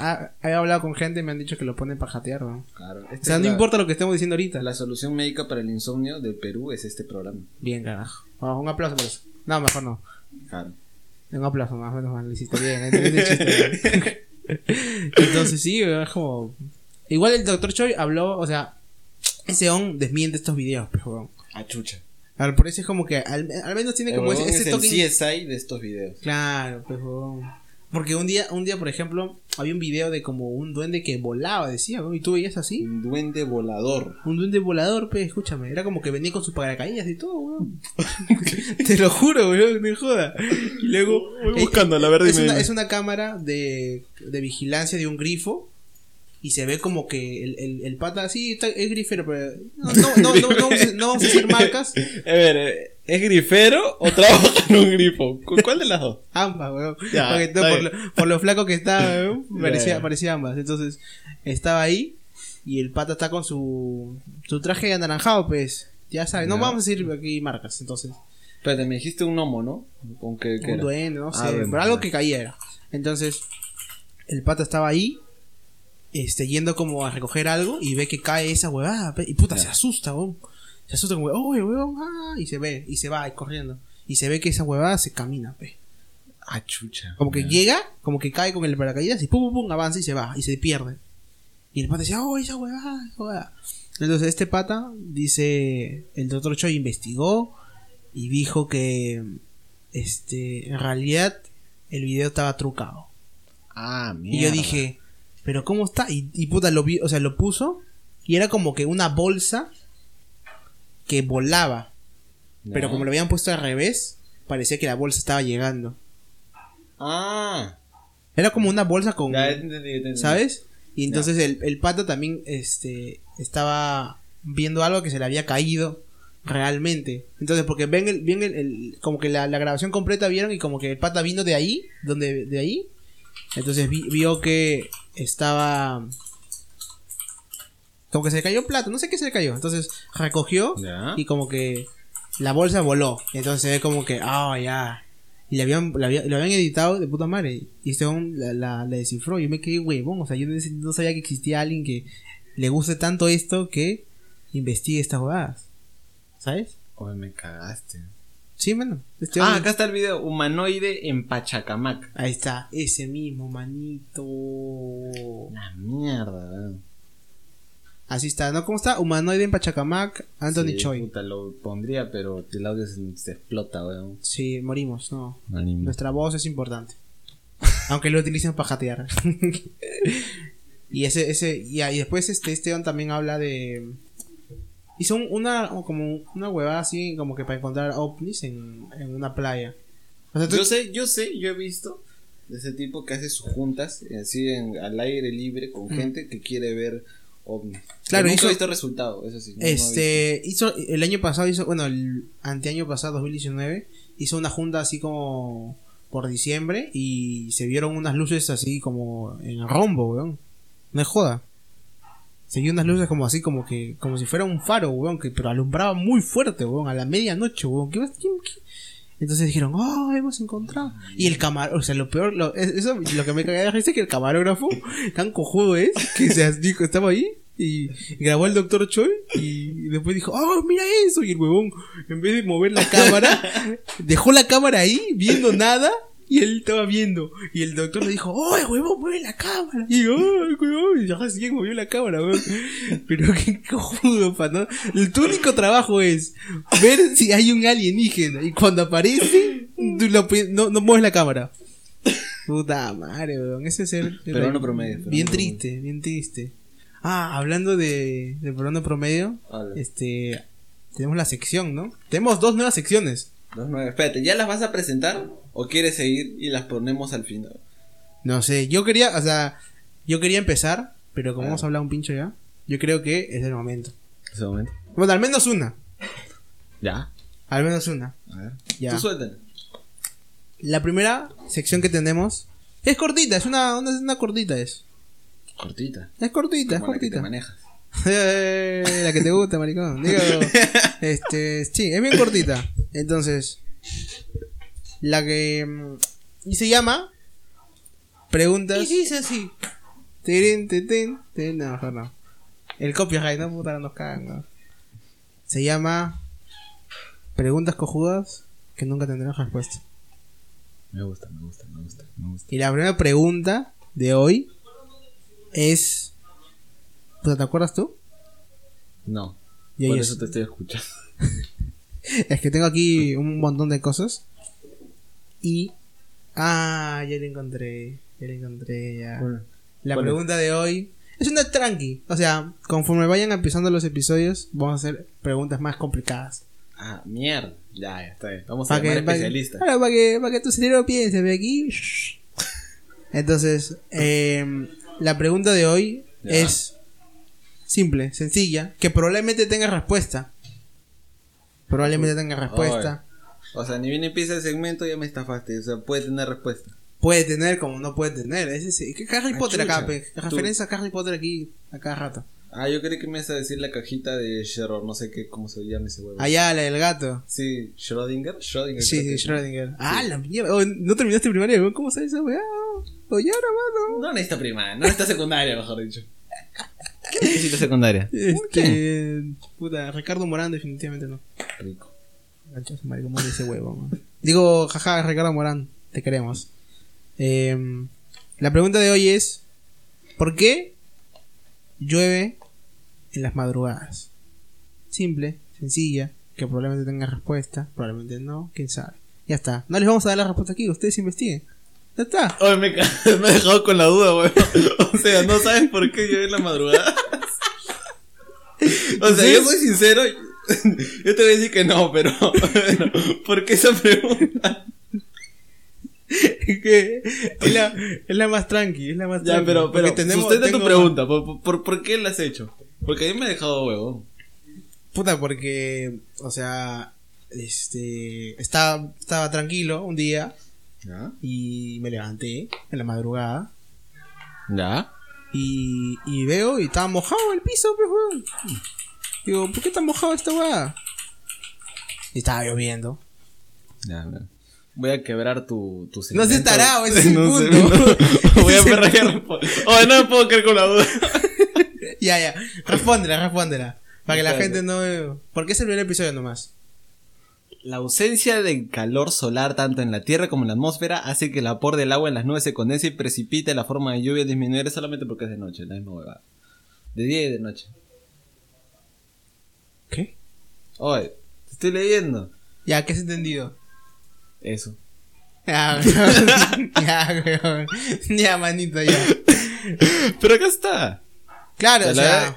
Speaker 2: ha- he hablado con gente y me han dicho que lo ponen para jatear, ¿no?
Speaker 3: claro. Este
Speaker 2: O sea, no importa lo que estemos diciendo ahorita.
Speaker 3: La solución médica para el insomnio del Perú es este programa.
Speaker 2: Bien, carajo. Vamos, un aplauso por eso. No, mejor no.
Speaker 3: Claro.
Speaker 2: Un aplauso, más o menos, mal, lo hiciste bien. entendí el chiste. Entonces, sí, es como... Igual el doctor Choi habló, o sea, ese on desmiente estos videos, pero bueno.
Speaker 3: A chucha.
Speaker 2: A ver, por eso es como que al, al menos Ah, tiene
Speaker 3: El
Speaker 2: como
Speaker 3: huevón
Speaker 2: ese, ese
Speaker 3: es el
Speaker 2: toque...
Speaker 3: CSI de estos videos.
Speaker 2: Claro, pues huevón. Porque un día, un día, por ejemplo, había un video de como un duende que volaba, decía, ¿no? y tú veías así.
Speaker 3: Un duende volador.
Speaker 2: Un duende volador, pues, escúchame. Era como que venía con sus paracaídas y todo, weón. Te lo juro, weón, me joda. Y luego. eh,
Speaker 3: Voy buscando, la verdad,
Speaker 2: Es,
Speaker 3: dime,
Speaker 2: una,
Speaker 3: dime.
Speaker 2: es una cámara de, de vigilancia de un grifo. Y se ve como que el, el, el pata así está, es grifero, pero. No, no, no, no, no vamos a- no vamos a decir marcas.
Speaker 3: A ver, eh, ¿es grifero o trabaja en un grifo? ¿Cu- ¿Cuál de las dos?
Speaker 2: Ambas, weón.
Speaker 3: Ya,
Speaker 2: Porque
Speaker 3: está
Speaker 2: todo por,
Speaker 3: bien.
Speaker 2: lo, por lo flaco que estaba, weón,
Speaker 3: Ya,
Speaker 2: parecía,
Speaker 3: ya.
Speaker 2: parecía ambas. Entonces, estaba ahí y el pata está con su, su traje anaranjado, pues. Ya sabes, no
Speaker 3: Ya.
Speaker 2: vamos a decir aquí marcas, entonces.
Speaker 3: Espérate, me dijiste un gnomo, ¿no? ¿Con qué, qué
Speaker 2: un
Speaker 3: era?
Speaker 2: duende, no sé.
Speaker 3: Ah, bueno,
Speaker 2: pero algo
Speaker 3: ya.
Speaker 2: que caía era. Entonces, el pata estaba ahí, este, yendo como a recoger algo y ve que cae esa huevada. pe- Y puta,
Speaker 3: Ya.
Speaker 2: se asusta, weón. Se asusta como, oye, weón, ah", y se ve, y se va, y corriendo. Y se ve que esa huevada se camina, pe.
Speaker 3: Ah, chucha.
Speaker 2: Como que
Speaker 3: Ya.
Speaker 2: llega, como que cae con el paracaídas y pum, pum, pum, avanza y se va, y se pierde. Y el pata dice, oh, esa huevada, esa huevada. Entonces este pata, dice, el doctor Choi investigó y dijo que, este, en realidad el video estaba trucado.
Speaker 3: Ah, mierda.
Speaker 2: Y yo dije, pero ¿cómo está? Y, y puta, lo vi, o sea, lo puso y era como que una bolsa que volaba.
Speaker 3: Ya.
Speaker 2: Pero como lo habían puesto al revés, parecía que la bolsa estaba llegando.
Speaker 3: Ah.
Speaker 2: Era como una bolsa con...
Speaker 3: Ya, entendí, entendí.
Speaker 2: ¿sabes? Y entonces el, el pato también este, estaba viendo algo que se le había caído realmente. Entonces, porque ven, el, ven el, el- como que la, la grabación completa vieron y como que el pata vino de ahí, donde de ahí. Entonces vi- vio que estaba... Como que se le cayó un plato, no sé qué se le cayó. Entonces recogió
Speaker 3: Ya.
Speaker 2: y como que la bolsa voló. Entonces se ve como que, ah, ya. Y le habían, la había- lo habían editado de puta madre. Y este hombre la, la- la descifró. Yo me quedé huevón. O sea, yo no, no sabía que existía alguien que le guste tanto esto que investigue estas jugadas. ¿Sabes?
Speaker 3: Oye, me cagaste.
Speaker 2: Sí, mano. Este
Speaker 3: Ah,
Speaker 2: hombre-
Speaker 3: acá está el video. Humanoide en Pachacamac.
Speaker 2: Ahí está. Ese mismo, manito.
Speaker 3: La mierda, weón.
Speaker 2: Así está, ¿no? ¿Cómo está? Humanoide en Pachacamac, Anthony
Speaker 3: Sí,
Speaker 2: Choi.
Speaker 3: Puta, lo pondría, pero el audio se, se explota, weón.
Speaker 2: Sí, morimos, no.
Speaker 3: No, ni-
Speaker 2: Nuestra voz es importante. Aunque lo utilicen para jatear. Y ese, ese, y, y después este Esteban también habla de. Hizo un- una, como una huevada así, como que para encontrar ovnis en, en una playa. O sea, tú-
Speaker 3: Yo sé, yo sé, yo he visto de ese tipo que hace sus juntas eh, así en- al aire libre con gente que quiere ver ovnis.
Speaker 2: Mm. Claro,
Speaker 3: Claro, nunca
Speaker 2: hizo-
Speaker 3: he visto resultado, eso sí. no- no he
Speaker 2: Este, hizo, el año pasado hizo, bueno, el anteaño pasado, 2019, hizo una junta así como por diciembre y se vieron unas luces así como en rombo, weón. No es joda. Se vio unas luces como así, como que, como si fuera un faro, weón, que, pero alumbraba muy fuerte, weón, a la medianoche, weón. ¿Qué, más- qué- qué? Entonces dijeron, oh, hemos encontrado. Y el camarógrafo, o sea, lo peor, lo, es- eso, lo que me cagué de la risa es que el camarógrafo, tan cojudo es, que se as- dijo, estaba ahí y grabó al doctor Choi y después dijo, oh, mira eso. Y el huevón, en vez de mover la cámara, dejó la cámara ahí, viendo nada. Y él estaba viendo. Y el doctor le dijo, ¡Oh, huevón, mueve la cámara! Y yo, ¡ay, huevón! Y yo así movió la cámara, huevón. Pero qué cojudo, pa, ¿no? El- Tu único trabajo es ver si hay un alienígena. Y cuando aparece, tú lo pi- no, no mueves la cámara. Puta madre, weón. Ese es el. el-
Speaker 3: Peruano promedio, peruano
Speaker 2: bien
Speaker 3: promedio.
Speaker 2: triste, bien triste. Ah, hablando de, de peruano promedio,
Speaker 3: Hola.
Speaker 2: este. Tenemos la sección, ¿no? Tenemos dos nuevas secciones.
Speaker 3: Dos nueve. Espérate, ¿ya las vas a presentar o quieres seguir y las ponemos al final?
Speaker 2: No sé, yo quería, o sea, yo quería empezar, pero como hemos hablado un pincho ya, yo creo que es el momento.
Speaker 3: Ese momento.
Speaker 2: Bueno, al menos una.
Speaker 3: Ya.
Speaker 2: Al menos una.
Speaker 3: A ver.
Speaker 2: Ya.
Speaker 3: Tú suéltala.
Speaker 2: La primera sección que tenemos es cortita, es una, una, una cortita es.
Speaker 3: Cortita.
Speaker 2: Es cortita,
Speaker 3: Como
Speaker 2: es
Speaker 3: la que te
Speaker 2: cortita.
Speaker 3: manejas.
Speaker 2: Eh, la que te gusta, maricón. Digo, este, sí, es bien cortita. Entonces, la que mm, y se llama preguntas. Y dice así. Tirin, tin, tin, tin. No, mejor no. El copyright, no puta, nos cagan. ¿no? Se llama preguntas cojudas que nunca tendrán respuesta.
Speaker 3: Me gusta, me gusta, me gusta, me gusta.
Speaker 2: Y la primera pregunta de hoy es, puta, ¿te acuerdas tú?
Speaker 3: No.
Speaker 2: Y ahí
Speaker 3: por
Speaker 2: es.
Speaker 3: eso te estoy escuchando.
Speaker 2: Es que tengo aquí un montón de cosas. Y. Ah, ya la encontré. Ya la encontré, ya. la
Speaker 3: ¿cuál es?
Speaker 2: pregunta de hoy es una tranqui. O sea, conforme vayan empezando los episodios, vamos a hacer preguntas más complicadas.
Speaker 3: Ah, mierda. Ya, ya está bien. Vamos a
Speaker 2: Para que,
Speaker 3: llamar
Speaker 2: pa' que-
Speaker 3: especialista.
Speaker 2: claro, pa' que, pa' que tu cerebro piense, ve aquí. Entonces, eh, la pregunta de hoy
Speaker 3: Ya.
Speaker 2: es simple, sencilla, que probablemente tenga respuesta. Probablemente tenga respuesta.
Speaker 3: O sea, ni bien empieza el segmento ya me estafaste. O sea, puede tener respuesta.
Speaker 2: puede tener como no puede tener. Es ese- que Harry
Speaker 3: Ah,
Speaker 2: Potter acá,
Speaker 3: chucha.
Speaker 2: pe.
Speaker 3: Tú-
Speaker 2: referencia a Harry Potter aquí a cada rato.
Speaker 3: Ah, yo creí que me ibas a decir la cajita de Sherrod. No sé qué, cómo se llama ese huevo.
Speaker 2: Allá, la del gato.
Speaker 3: Sí, Schrödinger. Schrödinger.
Speaker 2: Sí, sí,
Speaker 3: creo que es.
Speaker 2: Schrödinger. Ah, la mierda. Oh, no terminaste primaria, weón? ¿cómo sabes esa weá? Oye, ahora, mano.
Speaker 3: No necesita primaria, Ah, no necesita secundaria, mejor dicho. ¿Qué necesita secundaria?
Speaker 2: Este. Puta, Ricardo Morán, definitivamente no.
Speaker 3: Rico.
Speaker 2: Gancho, su madre, cómo de ese huevo, man. Digo, jaja, Ricardo Morán, te queremos. Em, la pregunta de hoy es: ¿Por qué llueve en las madrugadas? Simple, sencilla, que probablemente tenga respuesta, probablemente no, quién sabe. Ya está, no les vamos a dar la respuesta aquí, ustedes investiguen. Ya está.
Speaker 3: Oye, me, ca- me he dejado con la duda, weón. O sea, no sabes por qué yo en la madrugada. O sea, yo soy sincero. Yo te voy a decir que no, pero. pero, ¿Por qué esa pregunta?
Speaker 2: Que es, la, es la más tranqui, es la más
Speaker 3: Ya,
Speaker 2: tranqui,
Speaker 3: pero,
Speaker 2: porque
Speaker 3: pero. sustenta tu
Speaker 2: tengo-
Speaker 3: pregunta. ¿por, por, por qué la has hecho? Porque a mí me ha dejado huevón.
Speaker 2: Puta, porque, o sea, este, estaba, estaba tranquilo un día
Speaker 3: ¿Ya?
Speaker 2: y me levanté en la madrugada
Speaker 3: ¿Ya?
Speaker 2: y, y veo y estaba mojado el piso, pues, weón. Digo, ¿por qué está mojado esta weá? Y estaba lloviendo.
Speaker 3: Ya, ya. Voy a quebrar tu, tu
Speaker 2: No se
Speaker 3: segmento.
Speaker 2: tarao, ese es el
Speaker 3: sé,
Speaker 2: punto.
Speaker 3: no. Voy a
Speaker 2: Ese es el
Speaker 3: perder. Oye, no me puedo quedar con la duda.
Speaker 2: Ya, ya, respóndela, respóndela. Para que la
Speaker 3: Espérate.
Speaker 2: gente no... Porque es el primer episodio nomás.
Speaker 3: La ausencia de calor solar tanto en la Tierra como en la atmósfera hace que el vapor del agua en las nubes se condense y precipite la forma de lluvia disminuir solamente porque es de noche, la misma huevada. De día y de noche.
Speaker 2: ¿Qué?
Speaker 3: Oye, te estoy leyendo.
Speaker 2: Ya, ¿qué has entendido?
Speaker 3: Eso.
Speaker 2: Ya, weón. ya, weón. Ya, manito, ya.
Speaker 3: Pero acá está.
Speaker 2: Claro, o
Speaker 3: la,
Speaker 2: sea,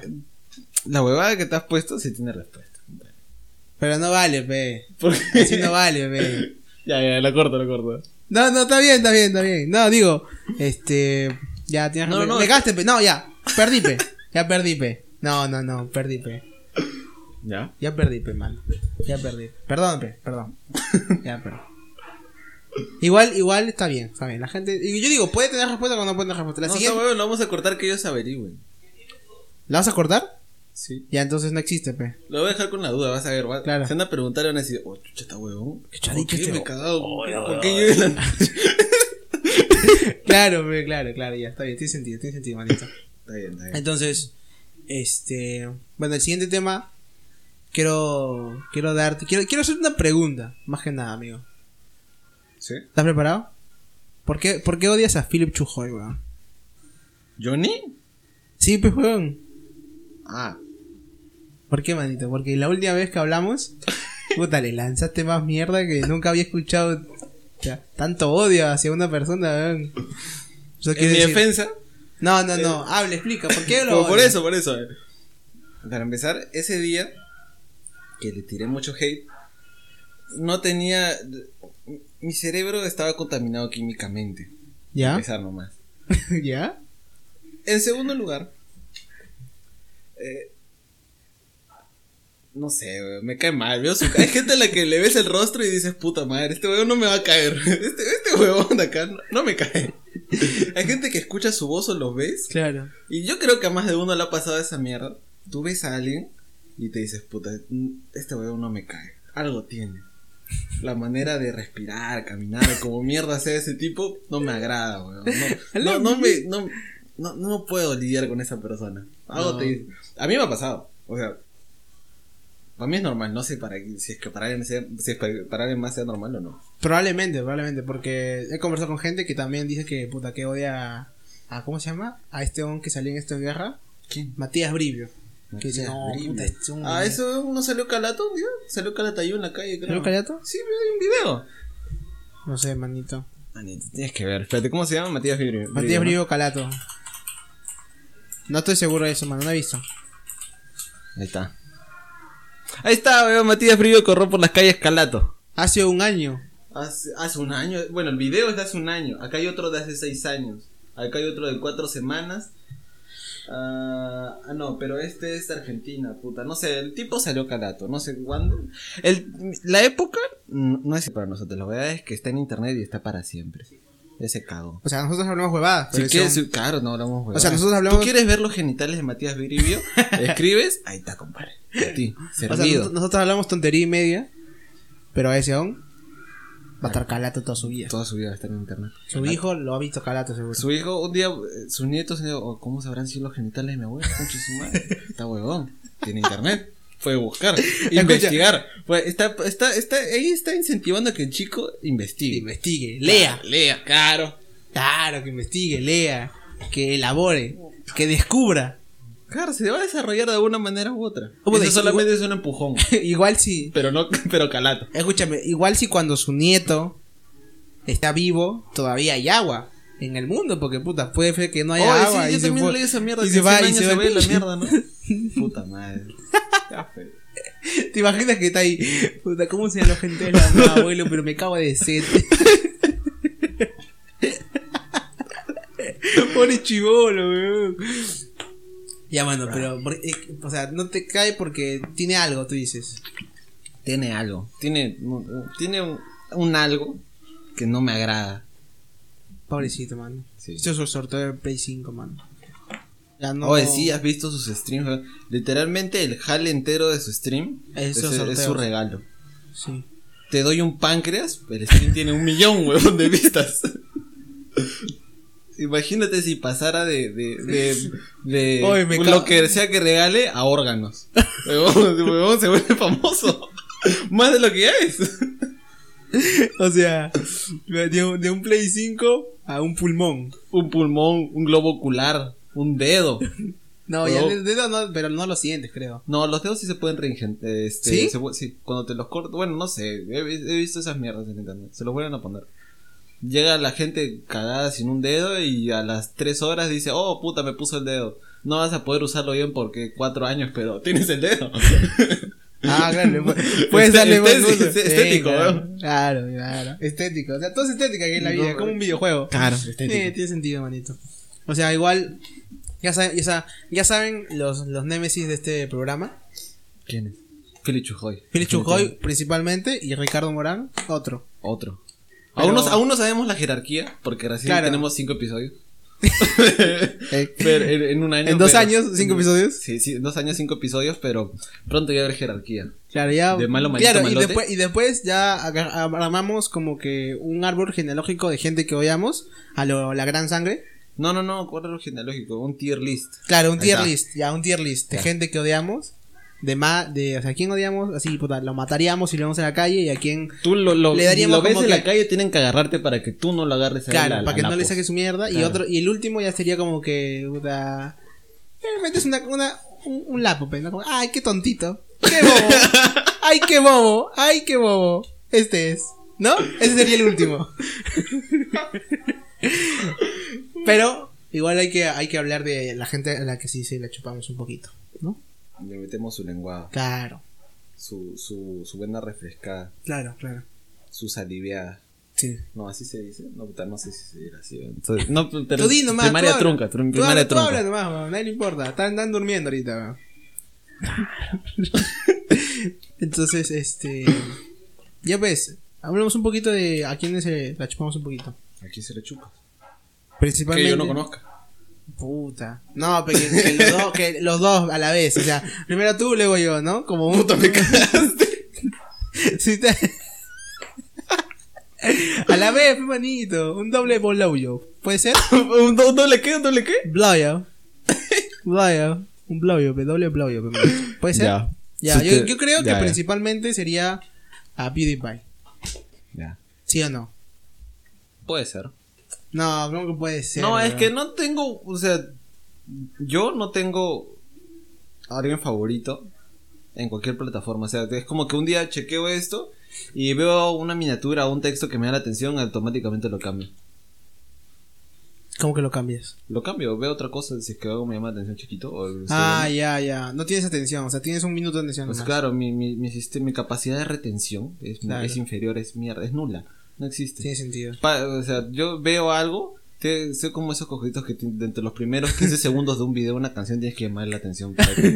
Speaker 3: la huevada que te has puesto sí tiene respuesta.
Speaker 2: pero no vale, pe.
Speaker 3: ¿Por qué?
Speaker 2: Así no vale, pe.
Speaker 3: Ya, ya, la corto, la corto.
Speaker 2: No, no, está bien, está bien, está bien. No, digo, este. Ya, tienes
Speaker 3: No,
Speaker 2: que.
Speaker 3: no,
Speaker 2: me
Speaker 3: es-
Speaker 2: cagaste, pe. No, ya. Perdí, pe. Ya perdí, pe. No, no, no, perdí, pe.
Speaker 3: ¿Ya?
Speaker 2: Ya perdí, pe, mano. Ya perdí. Perdón, pe, perdón. Ya perdí. Igual, igual está bien, está bien. La gente. y Yo digo, puede tener respuesta o no puede tener respuesta. La
Speaker 3: no,
Speaker 2: siguiente.
Speaker 3: no, huevón, lo vamos a cortar que ellos averigüen.
Speaker 2: ¿La vas a cortar?
Speaker 3: Sí.
Speaker 2: Ya, entonces no existe, pe.
Speaker 3: Lo voy a dejar con la duda, vas a ver. va-
Speaker 2: Claro.
Speaker 3: Se van a preguntar y van a decir, oh, chucha, está huevón.
Speaker 4: ¿Qué te ha
Speaker 3: ¿Por
Speaker 4: dicho
Speaker 3: qué
Speaker 4: este
Speaker 3: me he
Speaker 4: huevón?
Speaker 3: cagado?
Speaker 4: Oye,
Speaker 3: ¿Por
Speaker 4: oye,
Speaker 3: qué
Speaker 4: oye.
Speaker 3: yo de la
Speaker 2: Claro, pe, claro, claro, ya, está bien. Tiene sentido, tiene sentido, manito.
Speaker 3: Está bien, está bien.
Speaker 2: Entonces, este, bueno, el siguiente tema quiero quiero darte quiero quiero hacerte una pregunta, más que nada, amigo.
Speaker 3: ¿Sí?
Speaker 2: ¿Estás preparado? ¿Por qué, por qué odias a Philip Chujoy, weón?
Speaker 3: ¿Johnny?
Speaker 2: Sí, pues weón.
Speaker 3: Ah.
Speaker 2: ¿Por qué, manito? Porque la última vez que hablamos, puta, le lanzaste más mierda que nunca había escuchado o sea, tanto odio hacia una persona, weón. Eso
Speaker 3: En
Speaker 2: quiere
Speaker 3: mi
Speaker 2: decir- eh.
Speaker 3: defensa.
Speaker 2: No, no, no, habla, explica, ¿por qué lo
Speaker 3: Como por
Speaker 2: odias?
Speaker 3: eso, por eso. Para empezar, ese día que le tiré mucho hate, no tenía. Mi cerebro estaba contaminado químicamente. Para
Speaker 2: ¿Ya?
Speaker 3: Empezar nomás.
Speaker 2: ¿Ya?
Speaker 3: En segundo lugar, eh, no sé, weón, me cae mal. Veo su- Hay gente a la que le ves el rostro y dices, puta madre, este huevón no me va a caer. Este, este huevón de acá no, no me cae. Hay gente que escucha su voz o lo ves.
Speaker 2: Claro.
Speaker 3: Y yo creo que a más de uno le ha pasado esa mierda. Tú ves a alguien y te dices, puta, mm, este huevón no me cae. Algo tiene. La manera de respirar, caminar, como mierda sea ese tipo, no me agrada, weón. No, no, no me. No, no, no puedo lidiar con esa persona. Algo
Speaker 2: No.
Speaker 3: te dice. A mí me ha pasado. O sea. Para mí es normal, no sé para si es que para alguien sea- si es que para alguien más sea normal o no.
Speaker 2: Probablemente, probablemente, porque he conversado con gente que también dice que puta que odia a, a- ¿cómo se llama? A este hombre que salió en esto en guerra,
Speaker 3: ¿Quién?
Speaker 2: Matías Brivio. Que dice,
Speaker 3: Matías
Speaker 2: no,
Speaker 3: Brivio.
Speaker 2: puta, este hombre-
Speaker 3: Ah, eso no salió calato, tío. Salió calatayú en la calle, creo.
Speaker 2: ¿Salió Calato?
Speaker 3: Sí, vi un video.
Speaker 2: No sé, manito.
Speaker 3: Manito, tienes que ver. Espérate, ¿cómo se llama? Matías Brivio.
Speaker 2: Matías
Speaker 3: ¿no?
Speaker 2: Brivio Calato. No estoy seguro de eso, mano, no he visto.
Speaker 3: Ahí está. Ahí está, weón. Matías Brivio corrió por las calles calato.
Speaker 2: Hace un año.
Speaker 3: Hace, hace un año. Bueno, el video es de hace un año. Acá hay otro de hace seis años. Acá hay otro de cuatro semanas. Ah, ah, no, pero este es de Argentina, puta. No sé, el tipo salió calato. No sé cuándo. El, la época mm, no es para nosotros. La verdad es que está en internet y está para siempre. Ese cago.
Speaker 2: O sea, nosotros hablamos huevadas.
Speaker 3: Si
Speaker 2: pero
Speaker 3: quieres,
Speaker 2: son-
Speaker 3: sí, claro, no hablamos huevadas.
Speaker 2: O sea, nosotros hablamos-
Speaker 3: ¿Tú quieres ver los genitales de Matías Viribio? Escribes, ahí está, compadre. A ti,
Speaker 2: o sea,
Speaker 3: servido.
Speaker 2: nosotros, nosotros hablamos tontería y media, pero ese hombre va a estar Calato toda su vida.
Speaker 3: Toda su vida va a estar en internet. Ah,
Speaker 2: Su hijo lo ha visto Calato seguro.
Speaker 3: Su hijo, un día, eh, sus nietos, eh, o ¿cómo sabrán si los genitales de mi abuelo? Concha su madre. Está huevón. Tiene internet. Puede buscar, investigar. Pues, está, está, está, ahí está incentivando a que el chico investigue.
Speaker 2: Investigue, lea.
Speaker 3: Lea, claro.
Speaker 2: Claro, que investigue, lea, que elabore, que descubra.
Speaker 3: Claro, se va a desarrollar de alguna manera u otra.
Speaker 2: ¿Cómo
Speaker 3: Eso
Speaker 2: decís?
Speaker 3: solamente es un empujón.
Speaker 2: igual si,
Speaker 3: Pero no, pero calato.
Speaker 2: escúchame, igual si cuando su nieto está vivo, todavía hay agua en el mundo, porque puta, puede ser que no haya
Speaker 3: Oye,
Speaker 2: agua.
Speaker 3: sí, yo
Speaker 2: se
Speaker 3: también
Speaker 2: fue-
Speaker 3: leí esa mierda.
Speaker 2: y
Speaker 3: que
Speaker 2: se
Speaker 3: en
Speaker 2: va,
Speaker 3: 100
Speaker 2: y se
Speaker 3: años
Speaker 2: va
Speaker 3: ve
Speaker 2: el
Speaker 3: la
Speaker 2: pinche.
Speaker 3: mierda, ¿no? Puta madre. Ya, fe.
Speaker 2: ¿Te imaginas que está ahí? Puta, ¿cómo se llama la gente de la mamá, abuelo? Pero me cago de sed. Pobre chivolo, weón. Ya, mano, pero, por- eh, o sea, no te cae porque tiene algo, tú dices.
Speaker 3: Tiene algo. Tiene, un- tiene un, un algo que no me agrada.
Speaker 2: Pobrecito, mano.
Speaker 3: Sí.
Speaker 2: Esto es el sorteo del Play 5, mano. Ya no.
Speaker 3: Oye, sí, has visto sus streams. eh? Literalmente el jale entero de su stream
Speaker 2: Es
Speaker 3: es,
Speaker 2: su
Speaker 3: es
Speaker 2: sorteo.
Speaker 3: su regalo.
Speaker 2: Sí.
Speaker 3: Te doy un páncreas, el stream tiene un millón, huevón, de vistas. Imagínate si pasara de, de, de, de
Speaker 2: Oye, me
Speaker 3: lo
Speaker 2: ca-
Speaker 3: que sea que regale a órganos. Huevón, huevón, se vuelve famoso. Más de lo que ya es.
Speaker 2: O sea, de un, de un Play 5 a un pulmón.
Speaker 3: Un pulmón, un globo ocular, un dedo.
Speaker 2: No,
Speaker 3: Pero-
Speaker 2: ya el dedo no, pero no lo sientes, creo.
Speaker 3: No, los dedos sí se pueden reingentar. Este,
Speaker 2: ¿Sí?
Speaker 3: se vu- sí, cuando te los corto. Bueno, no sé. He, vi- he visto esas mierdas en internet. Se los vuelven a poner. Llega la gente cagada sin un dedo y a las 3 horas dice, oh puta, me puso el dedo. No vas a poder usarlo bien porque 4 años, pero tienes el dedo.
Speaker 2: Ah, claro. pu- Puedes
Speaker 3: Este-
Speaker 2: darle buen
Speaker 3: este-
Speaker 2: uso.
Speaker 3: este- estético,
Speaker 2: claro,
Speaker 3: weón.
Speaker 2: claro, claro. Estético. O sea, todo es estética aquí en la vida,
Speaker 3: eh.
Speaker 2: como un videojuego.
Speaker 3: Claro,
Speaker 2: Sí, tiene sentido, manito. O sea, igual. Ya saben, ya sa- ya saben los, los némesis de este programa.
Speaker 3: ¿Quién es? Fili Chujoy.
Speaker 2: Félix Chujoy, principalmente, y Ricardo Morán, otro.
Speaker 3: Otro.
Speaker 2: Pero-
Speaker 3: Aún, no, aún no sabemos la jerarquía, porque recién
Speaker 2: Claro.
Speaker 3: tenemos 5 episodios.
Speaker 2: Eh,
Speaker 3: Pero en, en un año.
Speaker 2: ¿En dos
Speaker 3: pero-
Speaker 2: años, cinco episodios?
Speaker 3: Sí, sí, en dos años, cinco episodios, pero pronto ya habrá jerarquía.
Speaker 2: Claro, ya.
Speaker 3: De malo, maldito,
Speaker 2: claro, y
Speaker 3: malote.
Speaker 2: después, y después ya aga- armamos como que un árbol genealógico de gente que odiamos a lo, la gran sangre.
Speaker 3: No, no, no, cuadro genealógico, un tier list.
Speaker 2: Claro, un
Speaker 3: Ahí
Speaker 2: tier
Speaker 3: está.
Speaker 2: list, ya, un tier list de
Speaker 3: Ya.
Speaker 2: gente que odiamos. De ma de, o sea, ¿a quién odiamos? Así, puta, lo mataríamos si lo vemos en la calle y a quién.
Speaker 3: Tú lo, lo,
Speaker 2: Le daríamos
Speaker 3: lo ves
Speaker 2: como
Speaker 3: en
Speaker 2: que-
Speaker 3: la calle, tienen que agarrarte para que tú no lo agarres a él
Speaker 2: Claro,
Speaker 3: a la-
Speaker 2: para que
Speaker 3: a la
Speaker 2: no le
Speaker 3: pos.
Speaker 2: saque su mierda. Y
Speaker 3: Claro.
Speaker 2: otro, y el último ya sería como que, puta. Realmente es una, una- un, un lapo, pues, ¿no? Como, ay, qué tontito. Qué bobo. ay, qué bobo. Ay, qué bobo. Este es. ¿No? Ese sería el último. Pero, igual hay que, hay que hablar de la gente a la que sí se la chupamos un poquito. ¿No?
Speaker 3: Le metemos su lenguada,
Speaker 2: Claro,
Speaker 3: su, su, su buena refrescada,
Speaker 2: claro, claro.
Speaker 3: su saliveada.
Speaker 2: Sí.
Speaker 3: No, así se dice. No, puta, no sé si se dirá así. Entonces, no, pero-
Speaker 2: Tú di nomás.
Speaker 3: primaria
Speaker 2: tú habla.
Speaker 3: trunca, trun-
Speaker 2: Tú
Speaker 3: primaria
Speaker 2: habla- tú
Speaker 3: trunca.
Speaker 2: habla nomás, weón, nadie le importa. Están, están durmiendo ahorita. weón. Entonces, este. Ya ves, hablamos un poquito de a quiénes eh, la chupamos un poquito.
Speaker 3: Aquí se le chupa.
Speaker 2: Principalmente.
Speaker 3: Que yo no conozca.
Speaker 2: Puta. No, pero que, que los dos, que los dos a la vez. O sea, primero tú, luego yo, ¿no? Como un. me si te... a la vez, hermanito. Un doble bolauyo. ¿Puede ser?
Speaker 3: ¿Un do- doble qué? ¿Un doble qué?
Speaker 2: Blowjob. Blowjob. Un blowjob, pe, doble blowjob. pe, man. ¿Puede ser?
Speaker 3: Ya.
Speaker 2: Ya.
Speaker 3: Sí,
Speaker 2: yo,
Speaker 3: te-
Speaker 2: yo creo que
Speaker 3: ya, ya.
Speaker 2: principalmente sería a PewDiePie.
Speaker 3: Ya.
Speaker 2: ¿Sí o no?
Speaker 3: Puede ser.
Speaker 2: No, creo que puede ser.
Speaker 3: No, es
Speaker 2: weón.
Speaker 3: que no tengo, o sea, yo no tengo a alguien favorito en cualquier plataforma. O sea, es como que un día chequeo esto y veo una miniatura o un texto que me da la atención, automáticamente lo cambio.
Speaker 2: ¿Cómo que lo cambias?
Speaker 3: Lo cambio, veo otra cosa si es que algo me llama la atención chiquito. O estoy
Speaker 2: Ah,
Speaker 3: viendo.
Speaker 2: ya, ya. No tienes atención, o sea, tienes un minuto de atención.
Speaker 3: Este, Pues
Speaker 2: nomás.
Speaker 3: claro, mi, mi, mi, sistema- mi capacidad de retención es,
Speaker 2: Claro.
Speaker 3: es inferior, es mierda, es nula. No existe.
Speaker 2: Tiene sentido.
Speaker 3: Pa- o sea, yo veo algo, te- sé como esos cojitos que te- dentro de los primeros 15 segundos de un video, una canción, tienes que llamar la atención. Para que...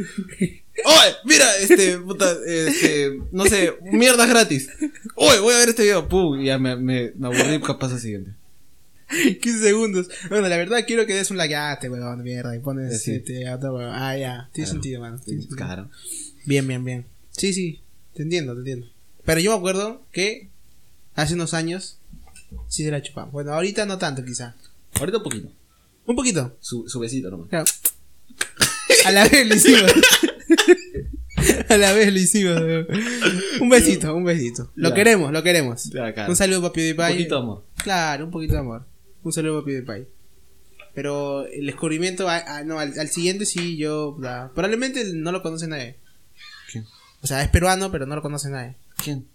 Speaker 3: ¡Oye! Mira, este, puta, este, no sé, mierdas gratis. ¡Oye! Voy a ver este video. ¡Pum! Y ya me, me, me aburrí, capaz al siguiente.
Speaker 2: 15 segundos. Bueno, la verdad quiero que des un like. Ah, te weón, mierda. Y pones
Speaker 3: Eh, Sí.
Speaker 2: este, otro weón. Ah, ya. Tiene
Speaker 3: Claro.
Speaker 2: sentido, mano. Tiene sentido.
Speaker 3: Claro.
Speaker 2: Bien, bien, bien. Sí, sí, te entiendo, te entiendo. Pero yo me acuerdo que hace unos años sí se la chupamos. Bueno, ahorita no tanto, quizá.
Speaker 3: Ahorita un poquito.
Speaker 2: Un poquito.
Speaker 3: Su, su besito nomás.
Speaker 2: Claro. A la vez lo hicimos. A la vez lo hicimos. weón. Un besito, un besito. Lo
Speaker 3: Ya.
Speaker 2: queremos, lo queremos.
Speaker 3: Ya, claro.
Speaker 2: Un saludo para PewDiePie.
Speaker 3: Un poquito de amor.
Speaker 2: Claro, un poquito de amor. Un saludo a PewDiePie. Pero el descubrimiento, a- a- no, al, al siguiente sí, yo. la- probablemente no lo conoce nadie.
Speaker 3: ¿Quién?
Speaker 2: O sea, es peruano, pero no lo conoce nadie.
Speaker 3: ¿Quién?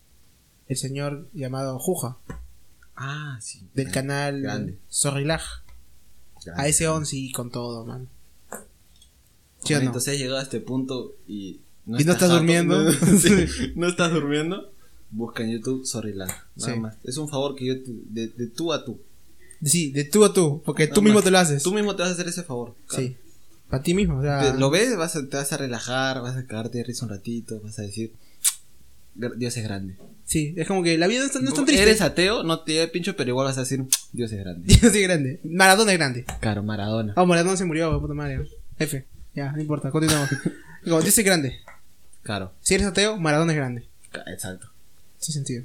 Speaker 2: El señor llamado Juja,
Speaker 3: Ah, sí.
Speaker 2: del canal
Speaker 3: Grande.
Speaker 2: Zorrilaj.
Speaker 3: Grande.
Speaker 2: A ese 11 y con todo, man. ¿Sí o
Speaker 3: Bueno,
Speaker 2: no?
Speaker 3: Entonces has llegado a este punto y
Speaker 2: Y no estás
Speaker 3: harto,
Speaker 2: durmiendo.
Speaker 3: No, sí, no estás durmiendo. Busca en YouTube Sorry Land, Nada
Speaker 2: Sí.
Speaker 3: más. Es un favor que yo te- de, de tú a tú.
Speaker 2: Sí, de tú a tú, porque
Speaker 3: Nada
Speaker 2: tú mismo
Speaker 3: más.
Speaker 2: te lo haces.
Speaker 3: Tú mismo te vas a hacer ese favor.
Speaker 2: Sí. Ah. Para ti mismo, o sea.
Speaker 3: Te- lo ves, vas a- te vas a relajar, vas a cagarte de risa un ratito, vas a decir. "Gra- Dios es grande.
Speaker 2: Sí, es como que la vida no es tan, no es tan triste.
Speaker 3: Eres ateo, no te da pincho, pero igual vas a decir Dios es grande.
Speaker 2: Yo soy grande. Maradona es grande.
Speaker 3: Caro Maradona.
Speaker 2: Ah, Maradona se murió, puta madre. F. Ya, no importa, continuamos. Como, yo soy grande.
Speaker 3: Caro.
Speaker 2: Si eres ateo, Maradona es grande.
Speaker 3: Ca- Exacto.
Speaker 2: Sin sentido.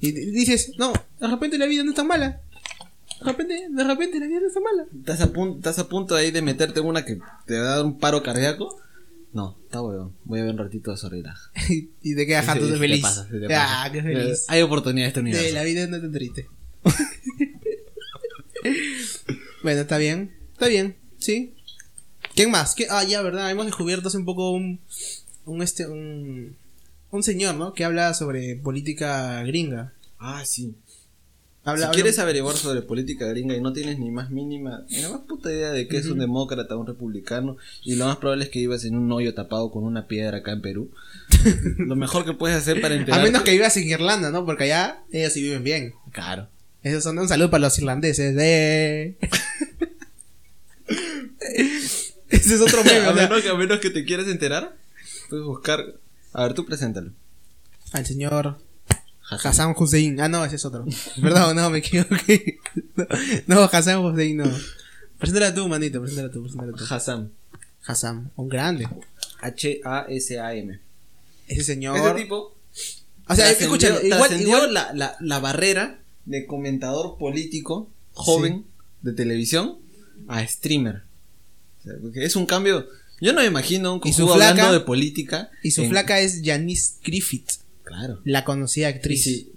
Speaker 2: Y d- dices, no, de repente la vida no es tan mala. De repente, de repente la vida no es tan mala.
Speaker 3: ¿Estás a, punto, ¿Estás a punto ahí de meterte en una que te va a dar un paro cardíaco? No, está huevón. Voy a ver un ratito de Sorrelaj.
Speaker 2: y te quedas jato de
Speaker 3: Sí,
Speaker 2: feliz.
Speaker 3: te pasas, te
Speaker 2: ah,
Speaker 3: pasas.
Speaker 2: qué feliz.
Speaker 3: Hay oportunidad en este universo.
Speaker 2: Sí, la vida no es tan triste. bueno, está bien. Está bien, sí. ¿Quién más? ¿Qué- Ah, ya, verdad. Hemos descubierto hace un poco un. Un este. Un, un señor, ¿no? Que habla sobre política gringa.
Speaker 3: Ah, sí.
Speaker 2: Habla-
Speaker 3: si
Speaker 2: habla-
Speaker 3: quieres averiguar sobre política gringa y no tienes ni más mínima, ni la más puta idea de qué es un demócrata, un republicano, y lo más probable es que vivas en un hoyo tapado con una piedra acá en Perú, lo mejor que puedes hacer para
Speaker 2: A
Speaker 3: enterarte.
Speaker 2: menos que vivas en Irlanda, ¿no? Porque allá ellos sí viven bien.
Speaker 3: Claro.
Speaker 2: Esos son un saludo para los irlandeses. eh. Ese es otro meme.
Speaker 3: a,
Speaker 2: o sea,
Speaker 3: menos, a menos que te quieras enterar, puedes buscar. A ver, tú preséntalo.
Speaker 2: al señor Hassan Hussein. Ah, no, ese es otro. Perdón, no, me equivoqué. No, Hassan Hussein no. Preséntala tú, manito. Preséntala tú, preséntala tú.
Speaker 3: Hassan.
Speaker 2: Hassan, un grande.
Speaker 3: H-A-S-A-M.
Speaker 2: Ese señor.
Speaker 3: Ese Este
Speaker 2: o
Speaker 3: tipo
Speaker 2: sea,
Speaker 3: trascendió-
Speaker 2: escucha, igual,
Speaker 3: trascendió
Speaker 2: igual
Speaker 3: la, la- la barrera de comentador político joven de televisión a streamer. O sea, porque es un cambio. Yo no me imagino un
Speaker 2: Y su
Speaker 3: cojudo
Speaker 2: flaca-
Speaker 3: hablando de política.
Speaker 2: Y su
Speaker 3: en-
Speaker 2: flaca es Janice Griffith,
Speaker 3: Claro.
Speaker 2: la conocida
Speaker 3: Y
Speaker 2: actriz.
Speaker 3: si,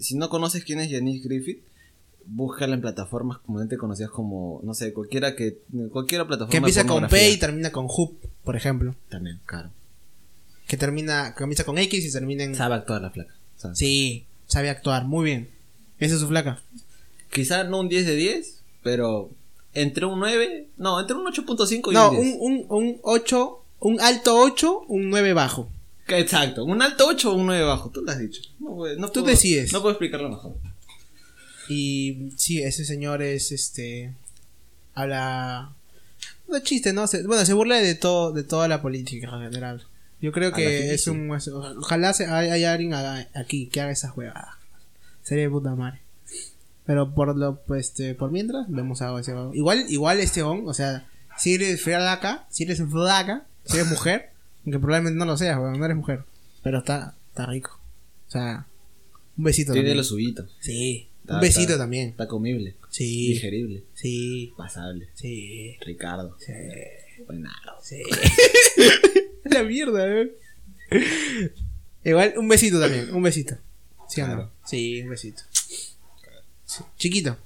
Speaker 3: si no conoces quién es Janice Griffith, búscala en plataformas como te conocías como, no sé, cualquiera que cualquiera plataforma
Speaker 2: que
Speaker 3: de
Speaker 2: empieza con
Speaker 3: pornografía.
Speaker 2: P y termina con Hoop, por ejemplo.
Speaker 3: también, claro.
Speaker 2: Que termina, que comienza con X y termina en.
Speaker 3: Sabe actuar la flaca. sabe.
Speaker 2: Sí, sabe actuar, muy bien. Esa es su flaca.
Speaker 3: Quizá no un 10 de 10, pero entre un 9, no, entre un 8.5 y
Speaker 2: No,
Speaker 3: un 10.
Speaker 2: un, un, un 8, un alto 8, un 9 bajo.
Speaker 3: Que- Exacto, un alto 8 o un 9 bajo, tú lo has dicho. No, puedo- no
Speaker 2: Tú
Speaker 3: puedo-
Speaker 2: decides.
Speaker 3: No puedo explicarlo mejor.
Speaker 2: Y sí, ese señor es este. Habla. No chiste, ¿no? Se- bueno, se burla de todo, de toda la política en general. Yo creo
Speaker 3: A la
Speaker 2: que
Speaker 3: gente
Speaker 2: es
Speaker 3: sí.
Speaker 2: un. es- ojalá se- hay- haya alguien haga- aquí que haga esas huevadas. Sería de puta madre. Pero por lo, pues, este, por mientras, vemos a ese huevón. Igual, igual este on, o sea, si eres flaca, si eres flaca, si eres mujer, aunque probablemente no lo seas, huevón, no eres mujer. Pero está, está rico. O sea, un besito
Speaker 3: Tiene
Speaker 2: también.
Speaker 3: lo suyito.
Speaker 2: Sí.
Speaker 3: Está-
Speaker 2: Un besito
Speaker 3: está-
Speaker 2: también.
Speaker 3: Está comible,
Speaker 2: Sí.
Speaker 3: digerible,
Speaker 2: Sí.
Speaker 3: pasable.
Speaker 2: Sí.
Speaker 3: Ricardo,
Speaker 2: Sí.
Speaker 3: buenado.
Speaker 2: sí. la mierda, eh. Igual, un besito también. Un besito. ¿Sí o no?
Speaker 3: Claro.
Speaker 2: Sí, un besito. Sí, Chiquito.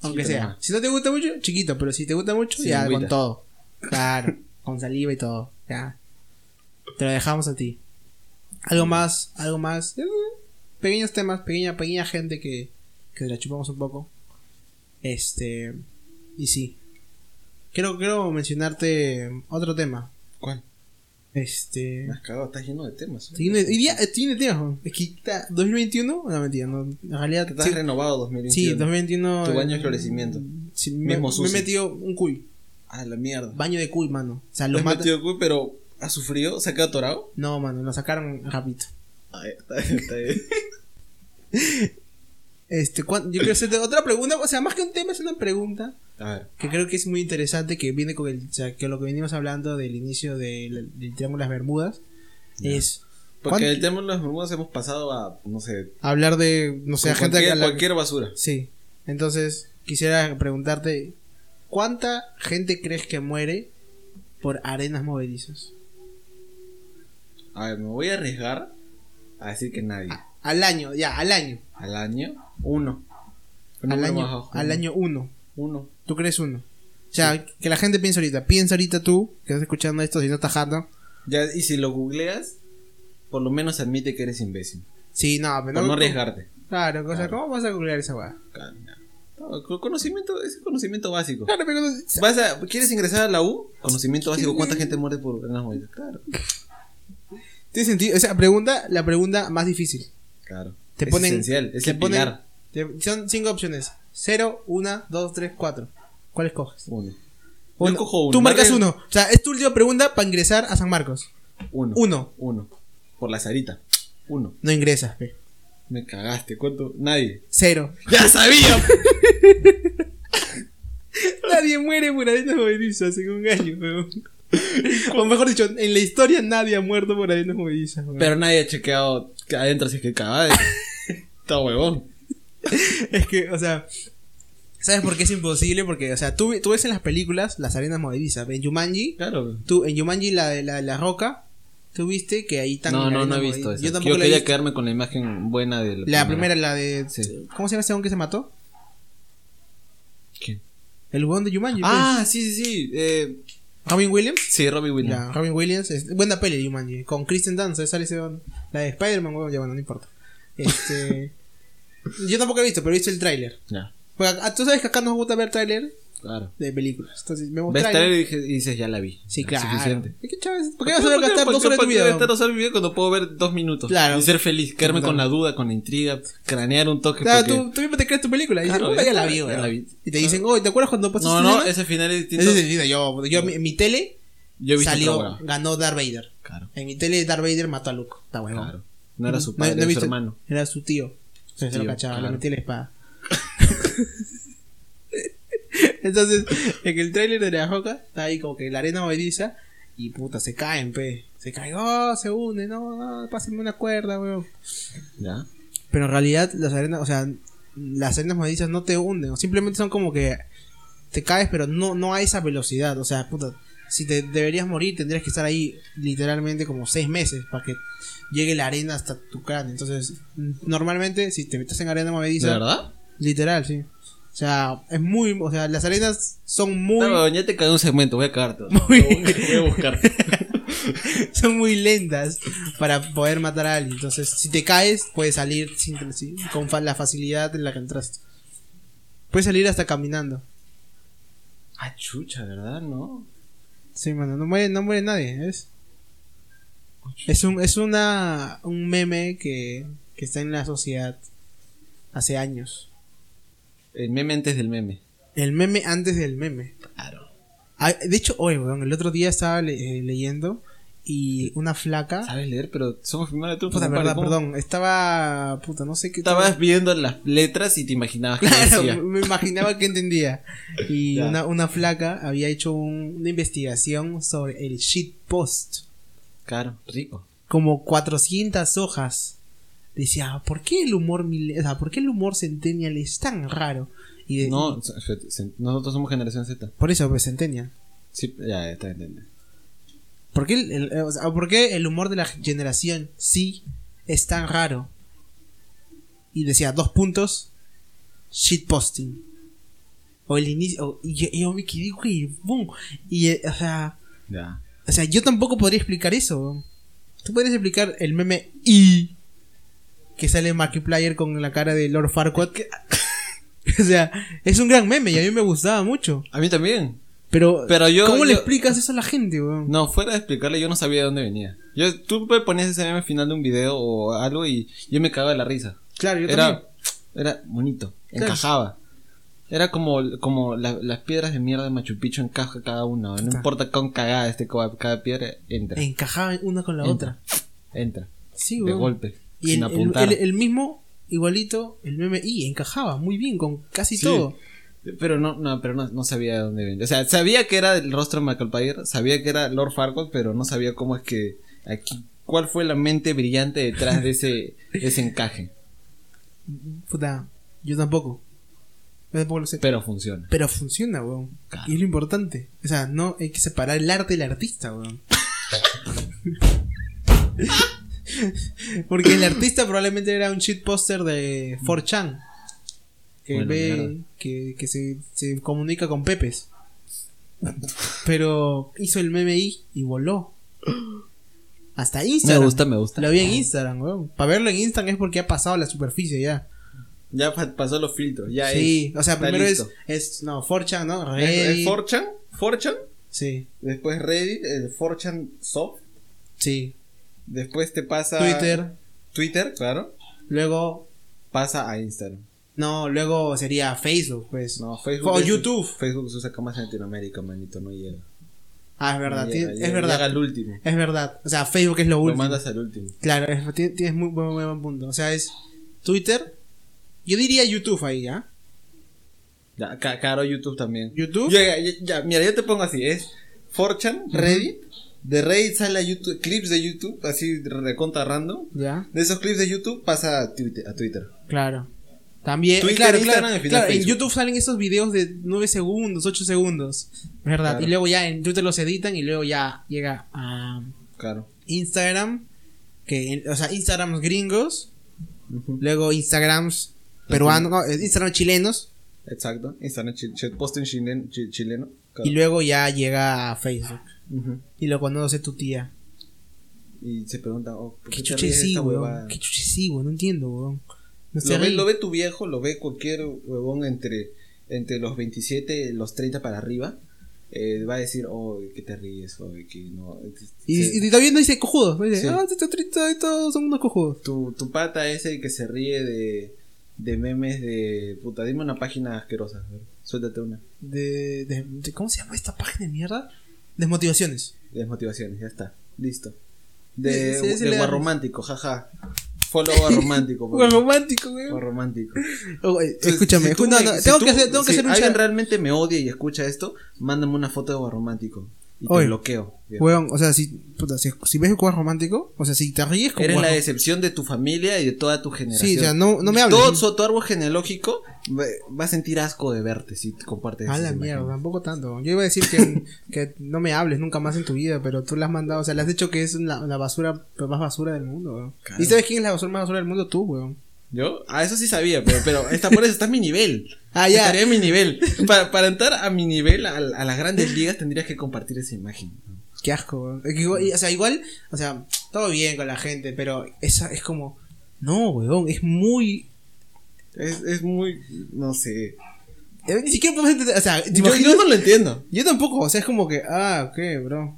Speaker 2: Aunque
Speaker 3: Chiquito
Speaker 2: sea.
Speaker 3: nomás.
Speaker 2: Si no te gusta mucho, chiquito. Pero si te gusta mucho,
Speaker 3: Sin
Speaker 2: ya
Speaker 3: agüita.
Speaker 2: con todo. Claro. con saliva y todo. Ya. Te lo dejamos a ti. Algo más, algo más. eh, Pequeños temas, pequeña, pequeña gente que, que la chupamos un poco. Este. Y sí. Quiero, quiero mencionarte otro tema.
Speaker 3: ¿Cuál?
Speaker 2: Este.
Speaker 3: Me has cagado, estás lleno de temas. ¿eh?
Speaker 2: Tiene, hoy día- eh, tiene temas, weón. Es que está 2021, no mentira, no, en realidad.
Speaker 3: Te has
Speaker 2: sí,
Speaker 3: renovado
Speaker 2: sí,
Speaker 3: 2021.
Speaker 2: 2021.
Speaker 3: Tu baño
Speaker 2: eh,
Speaker 3: de florecimiento.
Speaker 2: sí, me,
Speaker 3: Mismo
Speaker 2: me he
Speaker 3: sucio.
Speaker 2: metido un cuy.
Speaker 3: Ah, la mierda.
Speaker 2: Baño de cuy, mano. O sea,
Speaker 3: Lo
Speaker 2: lo
Speaker 3: has
Speaker 2: mata-
Speaker 3: metido, güey, pero ¿ha sufrido? ¿Se ha quedado atorado?
Speaker 2: No, mano, lo sacaron rapidito.
Speaker 3: Ah, ya, está bien, está bien.
Speaker 2: Este, cuan- yo quiero hacerte otra pregunta, o sea, más que un tema, es una pregunta
Speaker 3: A ver.
Speaker 2: que creo que es muy interesante, que viene con el, o sea, que lo que venimos hablando del inicio del, del Triángulo de las Bermudas, es
Speaker 3: Porque
Speaker 2: ¿Cuán-
Speaker 3: el tema de las burbujas hemos pasado a, no sé,
Speaker 2: hablar de, no sé,
Speaker 3: con
Speaker 2: gente
Speaker 3: cualquier,
Speaker 2: a la-
Speaker 3: cualquier basura.
Speaker 2: Sí. Entonces, quisiera preguntarte, ¿cuánta gente crees que muere por arenas movedizas?
Speaker 3: A ver, me voy a arriesgar a decir que nadie.
Speaker 2: Al año, ya, al año.
Speaker 3: Al año, Mm. uno. Un
Speaker 2: Al
Speaker 3: número
Speaker 2: año,
Speaker 3: más bajo,
Speaker 2: al
Speaker 3: uno.
Speaker 2: año uno.
Speaker 3: Uno.
Speaker 2: ¿Tú crees uno? O sea, que la gente piensa ahorita. Piensa ahorita tú, que estás escuchando esto, si no estás jato.
Speaker 3: Ya, y si lo googleas, por lo menos admite que eres imbécil.
Speaker 2: Sí, no, pero
Speaker 3: Para no arriesgarte.
Speaker 2: Claro, cosa,
Speaker 3: Claro.
Speaker 2: ¿cómo vas a googlear esa weá?
Speaker 3: Claro, ya. No, co- Conocimiento, es conocimiento básico.
Speaker 2: Claro, pero...
Speaker 3: Vas a- ¿Quieres ingresar a la U? Conocimiento básico. ¿Cuánta gente muere por ganas movidas? Claro.
Speaker 2: Tiene sentido. O sea, pregunta, la pregunta más difícil.
Speaker 3: Claro.
Speaker 2: Te
Speaker 3: es
Speaker 2: ponen,
Speaker 3: esencial, es
Speaker 2: te
Speaker 3: el
Speaker 2: ponen-
Speaker 3: pilar.
Speaker 2: te- son cinco opciones. Cero, una, dos, tres, cuatro. ¿Cuál escoges?
Speaker 3: Uno.
Speaker 2: Uno.
Speaker 3: Yo cojo uno.
Speaker 2: Tú marcas
Speaker 3: Marca-
Speaker 2: uno. O sea, es tu última pregunta para ingresar a San Marcos.
Speaker 3: Uno.
Speaker 2: Uno.
Speaker 3: Uno. Por la zarita. Uno.
Speaker 2: No ingresas, pe.
Speaker 3: Me cagaste. ¿Cuánto? Nadie.
Speaker 2: Cero.
Speaker 3: ¡Ya sabía!
Speaker 2: Nadie muere por arenas movedizas en un año, weón. O mejor dicho, en la historia nadie ha muerto por arenas movedizas, weón.
Speaker 3: Pero nadie ha chequeado que adentro si es que cagaba. Está huevón.
Speaker 2: Es que, o sea. ¿Sabes por qué es imposible? Porque, o sea, tú, tú ves en las películas las arenas movedizas. En Yumanji,
Speaker 3: Claro.
Speaker 2: tú, en Yumanji la de la, la roca, tú viste que ahí también.
Speaker 3: No, no, no he
Speaker 2: arenas
Speaker 3: visto
Speaker 2: movedizas.
Speaker 3: eso.
Speaker 2: Yo
Speaker 3: Yo,
Speaker 2: tampoco la he
Speaker 3: quería
Speaker 2: visto.
Speaker 3: quedarme con la imagen buena de
Speaker 2: La primera, la de.
Speaker 3: Sí.
Speaker 2: ¿Cómo se llama ese hombre que se mató?
Speaker 3: ¿Quién?
Speaker 2: El huevón de Yumanji.
Speaker 3: Ah, sí, sí, sí. Eh,
Speaker 2: pues. Robin Williams.
Speaker 3: sí, Robbie Williams.
Speaker 2: Ya, Robin Williams, es- buena peli Jumanji, con Kristen Dunst, ahí sale ese don- la de Spider-Man, huevón, ya bueno, no importa. Este Yo tampoco he visto, pero he visto el tráiler.
Speaker 3: Ya,
Speaker 2: Porque acá- Tú sabes que acá nos gusta ver tráiler
Speaker 3: claro.
Speaker 2: de películas. Entonces vemos
Speaker 3: Ves trailer
Speaker 2: tráiler.
Speaker 3: y, dije- y dices, ya la vi.
Speaker 2: Sí,
Speaker 3: Ya,
Speaker 2: claro.
Speaker 3: Suficiente.
Speaker 2: ¿Qué chavales? ¿Por qué vas a ver gastar
Speaker 3: ¿Por
Speaker 2: dos
Speaker 3: qué-
Speaker 2: horas de
Speaker 3: por
Speaker 2: tu
Speaker 3: qué
Speaker 2: vida?
Speaker 3: gastar dos horas de mi vida cuando puedo ver dos minutos?
Speaker 2: Claro.
Speaker 3: Y ser feliz, quedarme
Speaker 2: Sí,
Speaker 3: con la
Speaker 2: claro.
Speaker 3: duda, con la intriga, cranear un toque.
Speaker 2: Claro,
Speaker 3: porque-
Speaker 2: tú, tú mismo te creas tu película y dices,
Speaker 3: Claro,
Speaker 2: "Puta, ya la vi,
Speaker 3: ya
Speaker 2: weón".
Speaker 3: la vi.
Speaker 2: Y te dicen, oh, ¿te acuerdas cuando pasó
Speaker 3: No,
Speaker 2: este
Speaker 3: no,
Speaker 2: tema?"
Speaker 3: ese final es distinto.
Speaker 2: Ese es el video. Yo, yo, mi, mi tele
Speaker 3: Yo he visto
Speaker 2: salió,
Speaker 3: otra huevada.
Speaker 2: ganó Darth Vader.
Speaker 3: Claro,
Speaker 2: En mi tele Darth Vader mató a Luke. Está huevón.
Speaker 3: claro. No era su
Speaker 2: No- no he
Speaker 3: padre, era su
Speaker 2: visto-
Speaker 3: hermano.
Speaker 2: Era su tío. Se, se lo
Speaker 3: Tío,
Speaker 2: cachaba,
Speaker 3: claro.
Speaker 2: le metí la espada. Entonces, en el tráiler de la Joca, está ahí como que la arena moviliza y puta, se caen, pe. Se caen, oh, se une, no, no, pásenme una cuerda, weón.
Speaker 3: ¿Ya?
Speaker 2: Pero en realidad, las arenas, o sea, las arenas movedizas no te hunden, o simplemente son como que te caes, pero no, no a esa velocidad, o sea, puta. Si te deberías morir, tendrías que estar ahí literalmente como seis meses para que llegue la arena hasta tu cráneo. Entonces, normalmente, si te metes en arena
Speaker 3: ¿De
Speaker 2: movediza,
Speaker 3: verdad?
Speaker 2: literal, sí. O sea, es muy. O sea, las arenas son muy.
Speaker 3: No, ya te cagué un segmento, voy a cagarte.
Speaker 2: Muy-
Speaker 3: Voy a buscar.
Speaker 2: son muy lentas para poder matar a alguien. Entonces, si te caes, puedes salir sin, sin- con fa- la facilidad en la que entraste. Puedes salir hasta caminando.
Speaker 3: ah, chucha, ¿verdad? No.
Speaker 2: Sí, mano, no muere, no muere nadie, ¿ves? Es un, es una, un meme que, que está en la sociedad hace años.
Speaker 3: El meme antes del meme.
Speaker 2: El meme antes del meme.
Speaker 3: Claro.
Speaker 2: Ah, De hecho, hoy, weón, el otro día estaba le- eh, leyendo y una flaca...
Speaker 3: Sabes leer, pero somos primero de turno.
Speaker 2: Puta,
Speaker 3: compadre,
Speaker 2: verdad,
Speaker 3: ¿cómo?
Speaker 2: perdón. Estaba... Puta, no sé qué...
Speaker 3: Estabas viendo las letras y te imaginabas que
Speaker 2: Claro,
Speaker 3: decía.
Speaker 2: me imaginaba que entendía. Y
Speaker 3: Ya.
Speaker 2: una, una flaca había hecho un- una investigación sobre el shitpost.
Speaker 3: Claro, rico.
Speaker 2: Como 400 hojas. Decía, "Ah, ¿por qué el humor mile- o sea, ¿por qué el humor centennial es tan raro? Y de-
Speaker 3: No, se- se- se- nosotros somos generación Z.
Speaker 2: Por eso, pues, centennial.
Speaker 3: Sí, ya, está entendido.
Speaker 2: ¿Por qué el, el- eh, o sea, por qué el humor de la generación sí es tan raro? Y decía, dos puntos, shitposting. O el inicio, o- y yo, y yo me quedé, güey, boom. Y, eh, o sea,
Speaker 3: Ya.
Speaker 2: o sea, yo tampoco podría explicar eso. Tú podrías explicar el meme y que sale Markiplier con la cara de Lord Farquaad. o sea, es un gran meme y a mí me gustaba mucho.
Speaker 3: A mí también.
Speaker 2: Pero,
Speaker 3: Pero yo-
Speaker 2: ¿cómo le
Speaker 3: yo-
Speaker 2: explicas eso a la gente, weón?
Speaker 3: No, fuera de explicarle, yo no sabía de dónde venía. Yo, tú me ponías ese meme al final de un video o algo y yo me cagaba de la risa.
Speaker 2: Claro, yo también.
Speaker 3: Era, era bonito,
Speaker 2: Claro.
Speaker 3: encajaba. Era como, como la- las piedras de mierda de Machu Picchu encaja cada una. No
Speaker 2: Está.
Speaker 3: importa con cagada este cada, cada piedra, entra.
Speaker 2: encajaban una con la
Speaker 3: Entra.
Speaker 2: otra.
Speaker 3: Entra.
Speaker 2: Sí,
Speaker 3: de
Speaker 2: weón.
Speaker 3: golpe.
Speaker 2: Y
Speaker 3: sin
Speaker 2: el, el-
Speaker 3: apuntar.
Speaker 2: el- el mismo, igualito, el meme y encajaba muy bien con casi
Speaker 3: Sí.
Speaker 2: todo.
Speaker 3: Pero no, no, pero no, no sabía de dónde venía. O sea, sabía que era el rostro de McAlpair, sabía que era Lord Farquaad, pero no sabía cómo es que aquí, cuál fue la mente brillante detrás de ese, de ese encaje.
Speaker 2: Puta, yo tampoco. Yo tampoco lo sé. Pero,
Speaker 3: Pero funciona.
Speaker 2: funciona, weón.
Speaker 3: Claro.
Speaker 2: Y es lo importante. O sea, no hay que separar el arte del artista, weón. Porque el artista probablemente era un shit poster de 4chan. Que
Speaker 3: Bueno,
Speaker 2: ve,
Speaker 3: mierda.
Speaker 2: que, que se, se comunica con Pepes. Pero hizo el meme y, y voló. Hasta
Speaker 3: Me
Speaker 2: Instagram.
Speaker 3: gusta, me gusta. Ah.
Speaker 2: Lo vi en Instagram, weón. Para verlo en Instagram es porque ha pasado la superficie ya.
Speaker 3: Ya pa- pasó los filtros, ya
Speaker 2: sí,
Speaker 3: es.
Speaker 2: o sea,
Speaker 3: Está
Speaker 2: primero es,
Speaker 3: listo.
Speaker 2: es. No, 4chan, ¿no?
Speaker 3: Es-
Speaker 2: Reddit.
Speaker 3: es 4chan, 4chan,
Speaker 2: Sí,
Speaker 3: después Reddit, el 4chan soft,
Speaker 2: sí.
Speaker 3: después te pasa
Speaker 2: Twitter.
Speaker 3: Twitter, claro,
Speaker 2: Luego.
Speaker 3: pasa a Instagram.
Speaker 2: No, luego sería Facebook, pues.
Speaker 3: No, Facebook.
Speaker 2: O
Speaker 3: es-
Speaker 2: YouTube.
Speaker 3: Facebook se usa acá más en Latinoamérica, manito, no llega.
Speaker 2: Ah, es verdad,
Speaker 3: No
Speaker 2: tiene-
Speaker 3: llega,
Speaker 2: es
Speaker 3: llega-
Speaker 2: verdad.
Speaker 3: Llega al último.
Speaker 2: Es verdad. O sea, Facebook es lo
Speaker 3: Lo
Speaker 2: último.
Speaker 3: mandas al último.
Speaker 2: Claro, es- ti- tienes muy buen, muy buen punto. O sea, es Twitter. Yo diría YouTube ahí, ¿ya?
Speaker 3: Ya, ca- caro YouTube también.
Speaker 2: YouTube.
Speaker 3: Ya, ya, ya, mira, yo te pongo así, es 4chan, Reddit, de Reddit sale a YouTube, clips de YouTube, así reconta random.
Speaker 2: Ya,
Speaker 3: De esos clips de YouTube pasa a Twitter. A Twitter.
Speaker 2: claro. También,
Speaker 3: Twitter,
Speaker 2: claro,
Speaker 3: Instagram,
Speaker 2: claro,
Speaker 3: al final
Speaker 2: claro, en
Speaker 3: Facebook.
Speaker 2: YouTube salen esos videos de 9 segundos, 8 segundos, ¿verdad?
Speaker 3: Claro.
Speaker 2: Y luego ya en Twitter los editan y luego ya llega a
Speaker 3: Claro.
Speaker 2: Instagram, que, o sea, Instagrams gringos, Luego Instagrams peruanos, no, eh, Instagram chilenos.
Speaker 3: Exacto. Instagram chi- chi- post en chilen- chi- chileno. Claro.
Speaker 2: Y luego ya llega a Facebook.
Speaker 3: Ujú.
Speaker 2: Y lo conoce tu tía.
Speaker 3: Y se pregunta, oh, ¿por
Speaker 2: ¿Qué
Speaker 3: te
Speaker 2: chuche
Speaker 3: ríes de
Speaker 2: sí,
Speaker 3: esta
Speaker 2: weón?
Speaker 3: huevada?
Speaker 2: ¿Qué chuche sí, weón? No entiendo, weón. No
Speaker 3: Lo
Speaker 2: se
Speaker 3: ve,
Speaker 2: ríe.
Speaker 3: lo ve tu viejo, lo ve cualquier huevón entre, entre los 27 y los 30 para arriba. eh, va a decir, oh, que te ríes, oh, que no.
Speaker 2: Y,
Speaker 3: Se-
Speaker 2: y también no dice cojudos. No dice,
Speaker 3: Sí.
Speaker 2: ah, estos estos- estos son unos cojudos.
Speaker 3: tu, tu pata ese que se ríe de, de memes de. Puta, dime una página asquerosa. a ver, Suéltate una.
Speaker 2: De, de- de- ¿Cómo se llama esta página de mierda? Desmotivaciones.
Speaker 3: Desmotivaciones, ya está. Listo.
Speaker 2: Sí,
Speaker 3: De,
Speaker 2: sí, sí,
Speaker 3: de
Speaker 2: le damos.
Speaker 3: guarromántico, jaja. Follow guarromántico. por
Speaker 2: Güey,
Speaker 3: favor.
Speaker 2: romántico, güey.
Speaker 3: Guarromántico.
Speaker 2: Oye, Escúchame,
Speaker 3: Si tú
Speaker 2: no,
Speaker 3: me-
Speaker 2: no,
Speaker 3: si
Speaker 2: tengo
Speaker 3: tú-
Speaker 2: que hacer, tengo que
Speaker 3: si
Speaker 2: hacer un
Speaker 3: alguien
Speaker 2: chat.
Speaker 3: realmente me odia y escucha esto, mándame una foto de guarromántico. Y te
Speaker 2: Oye.
Speaker 3: bloqueo. viejo.
Speaker 2: Weón, o sea, si, puta, si, si ves el cuadro romántico, o sea, si te ríes con
Speaker 3: Eres
Speaker 2: cuadro-
Speaker 3: la excepción de tu familia y de toda tu generación.
Speaker 2: Sí, o sea, no- no me hables.
Speaker 3: Todo su- tu árbol genealógico va, va a sentir asco de verte si te compartes
Speaker 2: A
Speaker 3: esas
Speaker 2: la
Speaker 3: imágenes.
Speaker 2: mierda, tampoco tanto. Yo iba a decir que, que no me hables nunca más en tu vida, pero tú la has mandado, o sea, le has dicho que es la, la basura, la más basura del mundo, weón.
Speaker 3: Claro.
Speaker 2: ¿Y sabes quién es la basura más basura del mundo? Tú, weón.
Speaker 3: ¿Yo? Ah, eso sí sabía, pero, pero está por eso, está mi nivel.
Speaker 2: Ah, ya.
Speaker 3: Estaría en mi nivel. Para, para entrar a mi nivel, a, a las grandes ligas, tendrías que compartir esa imagen.
Speaker 2: Qué asco, weón. Es que igual- y- o sea, igual, o sea, todo bien con la gente, pero esa es como, no, weón, es muy...
Speaker 3: Es, es muy, no sé.
Speaker 2: eh, Ni siquiera podemos entender, o sea, ¿te
Speaker 3: Yo,
Speaker 2: imaginas?
Speaker 3: yo no lo entiendo.
Speaker 2: Yo tampoco, o sea, es como que, ah, ok, bro.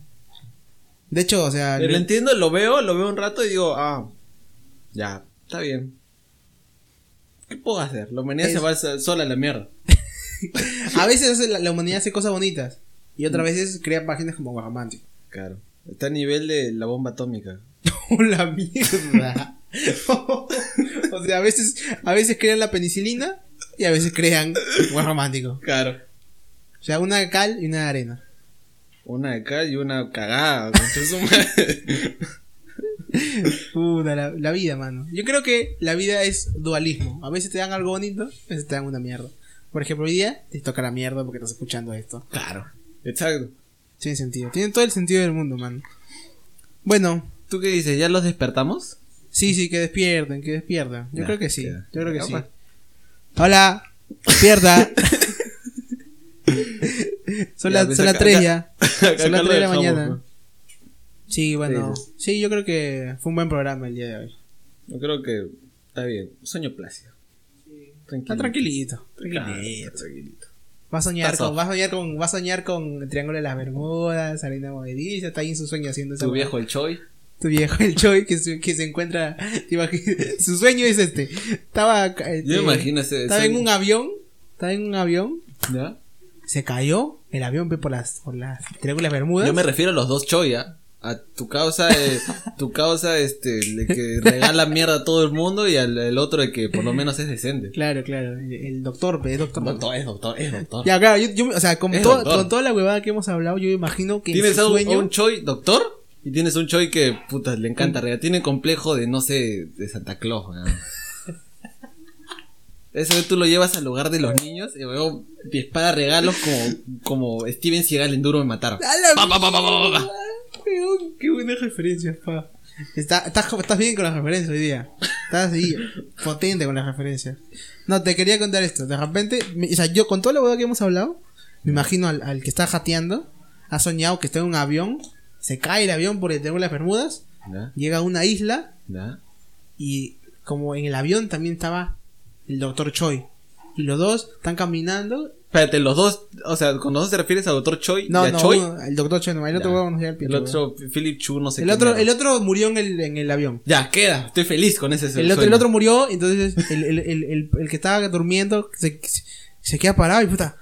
Speaker 2: De hecho, o sea,
Speaker 3: Eh, Lo
Speaker 2: no-
Speaker 3: entiendo, lo veo, lo veo un rato y digo, ah, ya, está bien. ¿Qué puedo hacer? La humanidad se
Speaker 2: Es-
Speaker 3: va so- sola a la mierda.
Speaker 2: a veces hace- la, la humanidad hace cosas bonitas y
Speaker 3: Mm.
Speaker 2: otras veces crea páginas como Guajamanti.
Speaker 3: Claro. Está a nivel de la bomba atómica.
Speaker 2: la mierda! o sea, a veces, a veces crean la penicilina y a veces crean Guajamántico.
Speaker 3: Claro.
Speaker 2: O sea, una de cal y una de arena.
Speaker 3: Una de acá y una cagada. concha su madre.
Speaker 2: Puta, la, la vida, mano. Yo creo que la vida es dualismo. A veces te dan algo bonito, a veces te dan una mierda. Por ejemplo, hoy día te toca la mierda porque estás escuchando esto.
Speaker 3: claro. Exacto.
Speaker 2: Tiene sentido. Tiene todo el sentido del mundo, man. Bueno,
Speaker 3: ¿Tú qué dices? ¿Ya los despertamos?
Speaker 2: sí, sí, que despierten, que despierten. Yo
Speaker 3: Ya,
Speaker 2: creo que sí.
Speaker 3: ya.
Speaker 2: Yo creo que
Speaker 3: Ya,
Speaker 2: sí.
Speaker 3: pa.
Speaker 2: Hola, despierta. son
Speaker 3: Ya,
Speaker 2: las
Speaker 3: pues,
Speaker 2: son las
Speaker 3: acá-
Speaker 2: 3
Speaker 3: acá-
Speaker 2: ya. Son las
Speaker 3: Acá
Speaker 2: 3 de
Speaker 3: lo
Speaker 2: la
Speaker 3: dejamos,
Speaker 2: mañana. Sí, bueno.
Speaker 3: Sí,
Speaker 2: Sí, yo creo que fue un buen programa el día de hoy.
Speaker 3: Yo creo que está bien. Sueño plácido. Tranquilo.
Speaker 2: Está tranquilito.
Speaker 3: Tranquilito.
Speaker 2: Va a soñar
Speaker 3: Estás
Speaker 2: con,
Speaker 3: off.
Speaker 2: va a soñar con, va a soñar con el Triángulo de las Bermudas, Arena Movediza, está ahí en su sueño haciendo esa
Speaker 3: Tu
Speaker 2: hueá.
Speaker 3: viejo el Choi.
Speaker 2: Tu viejo, el Joy, que, se- que se encuentra. te imaginas, Su sueño es este. Estaba. este,
Speaker 3: Yo me imagino ese.
Speaker 2: Estaba
Speaker 3: ese-
Speaker 2: en un avión. Estaba en un avión.
Speaker 3: ¿Ya?
Speaker 2: Se cayó el avión ve, por las, por las triángulas bermudas.
Speaker 3: Yo me refiero a los dos Choi, ¿ah? A tu causa, eh, tu causa, este, el que regala mierda a todo el mundo y al el otro el que por lo menos es decente.
Speaker 2: Claro, claro. El, el doctor, pe, es doctor.
Speaker 3: Doctor, es doctor, es doctor.
Speaker 2: Ya, claro, yo, yo- o sea, con,
Speaker 3: Es
Speaker 2: toda-
Speaker 3: doctor.
Speaker 2: con toda la huevada que hemos hablado, yo imagino que en
Speaker 3: Tienes
Speaker 2: su
Speaker 3: a un,
Speaker 2: sueño.
Speaker 3: a un Choi doctor y tienes un Choi que, puta, le encanta regalar. Tiene complejo de, no sé, de Santa Claus, weón. Eso tú lo llevas al lugar de los niños y luego dispara regalos como, como Steven Seagal en Duro me mataron.
Speaker 2: ¡A la
Speaker 3: Pa, pa, pa, pa, pa, pa, pa.
Speaker 2: Weón, Qué buenas referencias, pa. Está- estás, estás bien con las referencias hoy día. Estás ahí, potente con las referencias. No, te quería contar esto. De repente, me- o sea, yo con toda la hueá que hemos hablado, me imagino al, al que está jateando, ha soñado que está en un avión, se cae el avión por el Triángulo de las Bermudas,
Speaker 3: ¿Ya?
Speaker 2: llega a una isla
Speaker 3: ¿Ya?
Speaker 2: y como en el avión también estaba el doctor Choi. Y los dos están caminando.
Speaker 3: Espérate, los dos, o sea, con los dos te refieres a doctor Choi
Speaker 2: No,
Speaker 3: y a
Speaker 2: no,
Speaker 3: Choi.
Speaker 2: uno- el doctor Choi no, el otro
Speaker 3: Ya.
Speaker 2: huevón nos lleva al pito,
Speaker 3: el
Speaker 2: huevón.
Speaker 3: otro, Philip Chu, no sé
Speaker 2: el
Speaker 3: qué
Speaker 2: otro,
Speaker 3: mierda.
Speaker 2: el otro murió en el, en el avión.
Speaker 3: Ya, queda, estoy feliz con ese
Speaker 2: el otro,
Speaker 3: sueño.
Speaker 2: el otro murió, entonces el, el- el- el- el que estaba durmiendo se, se queda parado y puta.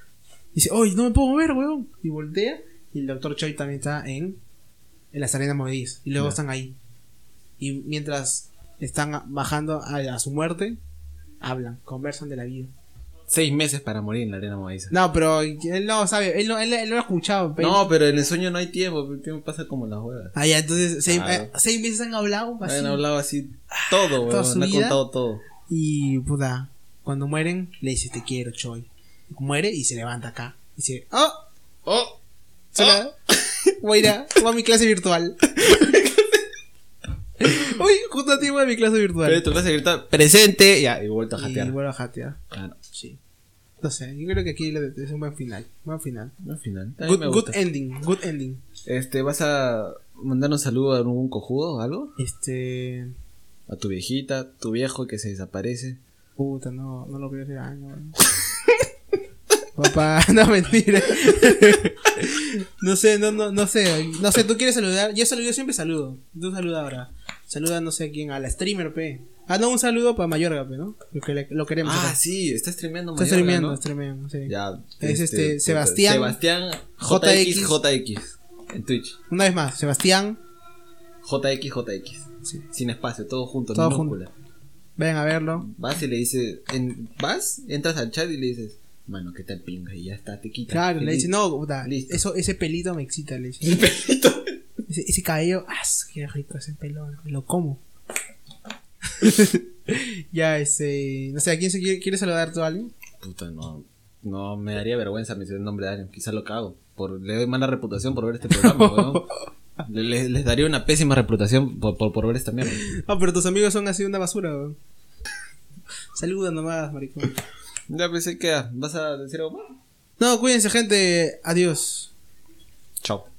Speaker 2: Dice, ¡ay, no me puedo mover, weón! Y voltea. Y el doctor Choi también está en, en las arenas movedizas. Y luego
Speaker 3: Ya.
Speaker 2: están ahí. Y mientras están bajando a, a su muerte, hablan, conversan de la vida.
Speaker 3: Seis meses para morir en la arena movediza.
Speaker 2: No, pero él no sabe, él no, él, él no lo ha escuchado. pe.
Speaker 3: No, pero en el sueño no hay tiempo, el tiempo pasa como las huevas.
Speaker 2: Ah, ya, entonces seis,
Speaker 3: Claro.
Speaker 2: eh, seis meses han hablado. así.
Speaker 3: Han hablado así todo,
Speaker 2: Ah, toda
Speaker 3: weón.
Speaker 2: su
Speaker 3: Me ha
Speaker 2: vida.
Speaker 3: contado todo.
Speaker 2: Y puta, cuando mueren, le dice te quiero, Choi. Muere y se levanta acá. Dice, ¡oh!
Speaker 3: Oh,
Speaker 2: Hola. Voy a ir a, voy a mi clase virtual. Uy, justo a tiempo de mi clase
Speaker 3: pero
Speaker 2: virtual.
Speaker 3: tú vas a gritar presente. Ya, y vuelto a
Speaker 2: Y
Speaker 3: jatear. Ah,
Speaker 2: vuelvo a jatear.
Speaker 3: Claro.
Speaker 2: Sí. No sé, yo creo que aquí le- es un buen final. Buen final.
Speaker 3: Al final. también
Speaker 2: Good,
Speaker 3: me gusta.
Speaker 2: good ending, good ending.
Speaker 3: Este, ¿vas a mandar un saludo a algún cojudo o algo?
Speaker 2: Este.
Speaker 3: A tu viejita, tu viejo que se desaparece.
Speaker 2: Puta, no, no lo veo ese año, weón. Papá, no mentira. no sé, no, no, no sé. No sé, tú quieres saludar. Yo saludo, yo siempre saludo. Tú saluda ahora. Saluda no sé a quién, a la streamer, pe. Ah, no, un saludo para Mayorga, pe, ¿no? Lo, que le- lo queremos.
Speaker 3: Ah,
Speaker 2: acá.
Speaker 3: sí, está streameando
Speaker 2: Está
Speaker 3: Mayorga,
Speaker 2: streameando,
Speaker 3: ¿no?
Speaker 2: streameando, sí.
Speaker 3: Ya.
Speaker 2: Es este,
Speaker 3: puta,
Speaker 2: Sebastián.
Speaker 3: Sebastián
Speaker 2: JX.
Speaker 3: JX JX. En Twitch.
Speaker 2: Una vez más, Sebastián.
Speaker 3: JX JX.
Speaker 2: Sí.
Speaker 3: Sin espacio, todo junto,
Speaker 2: Todo
Speaker 3: todo minúscula.
Speaker 2: Vayan a verlo.
Speaker 3: Vas y le dices, en- vas, entras al chat y le dices, mano, ¿qué tal pinga? Y ya está, te quitas.
Speaker 2: Claro, le
Speaker 3: Feliz.
Speaker 2: dice, no, puta,
Speaker 3: Listo.
Speaker 2: eso, ese pelito me excita, le dice.
Speaker 3: El pelito.
Speaker 2: Ese, ese cabello, ah, qué rico ese pelo, me lo como. ya, ese, no sé, ¿a quién se quiere, quiere saludar tú, alguien?
Speaker 3: Puta, no. No, me daría vergüenza mencionar el nombre de alguien. Quizás lo cago. Por, le doy mala reputación por ver este programa, weón. Le- le- les daría una pésima reputación por, por, por ver esta mierda.
Speaker 2: Ah, pero tus amigos son así una basura, weón. Saluda nomás, maricón.
Speaker 3: Ya pues, pensé que, ¿vas a decir algo más?
Speaker 2: No, cuídense, gente, adiós.
Speaker 3: Chao.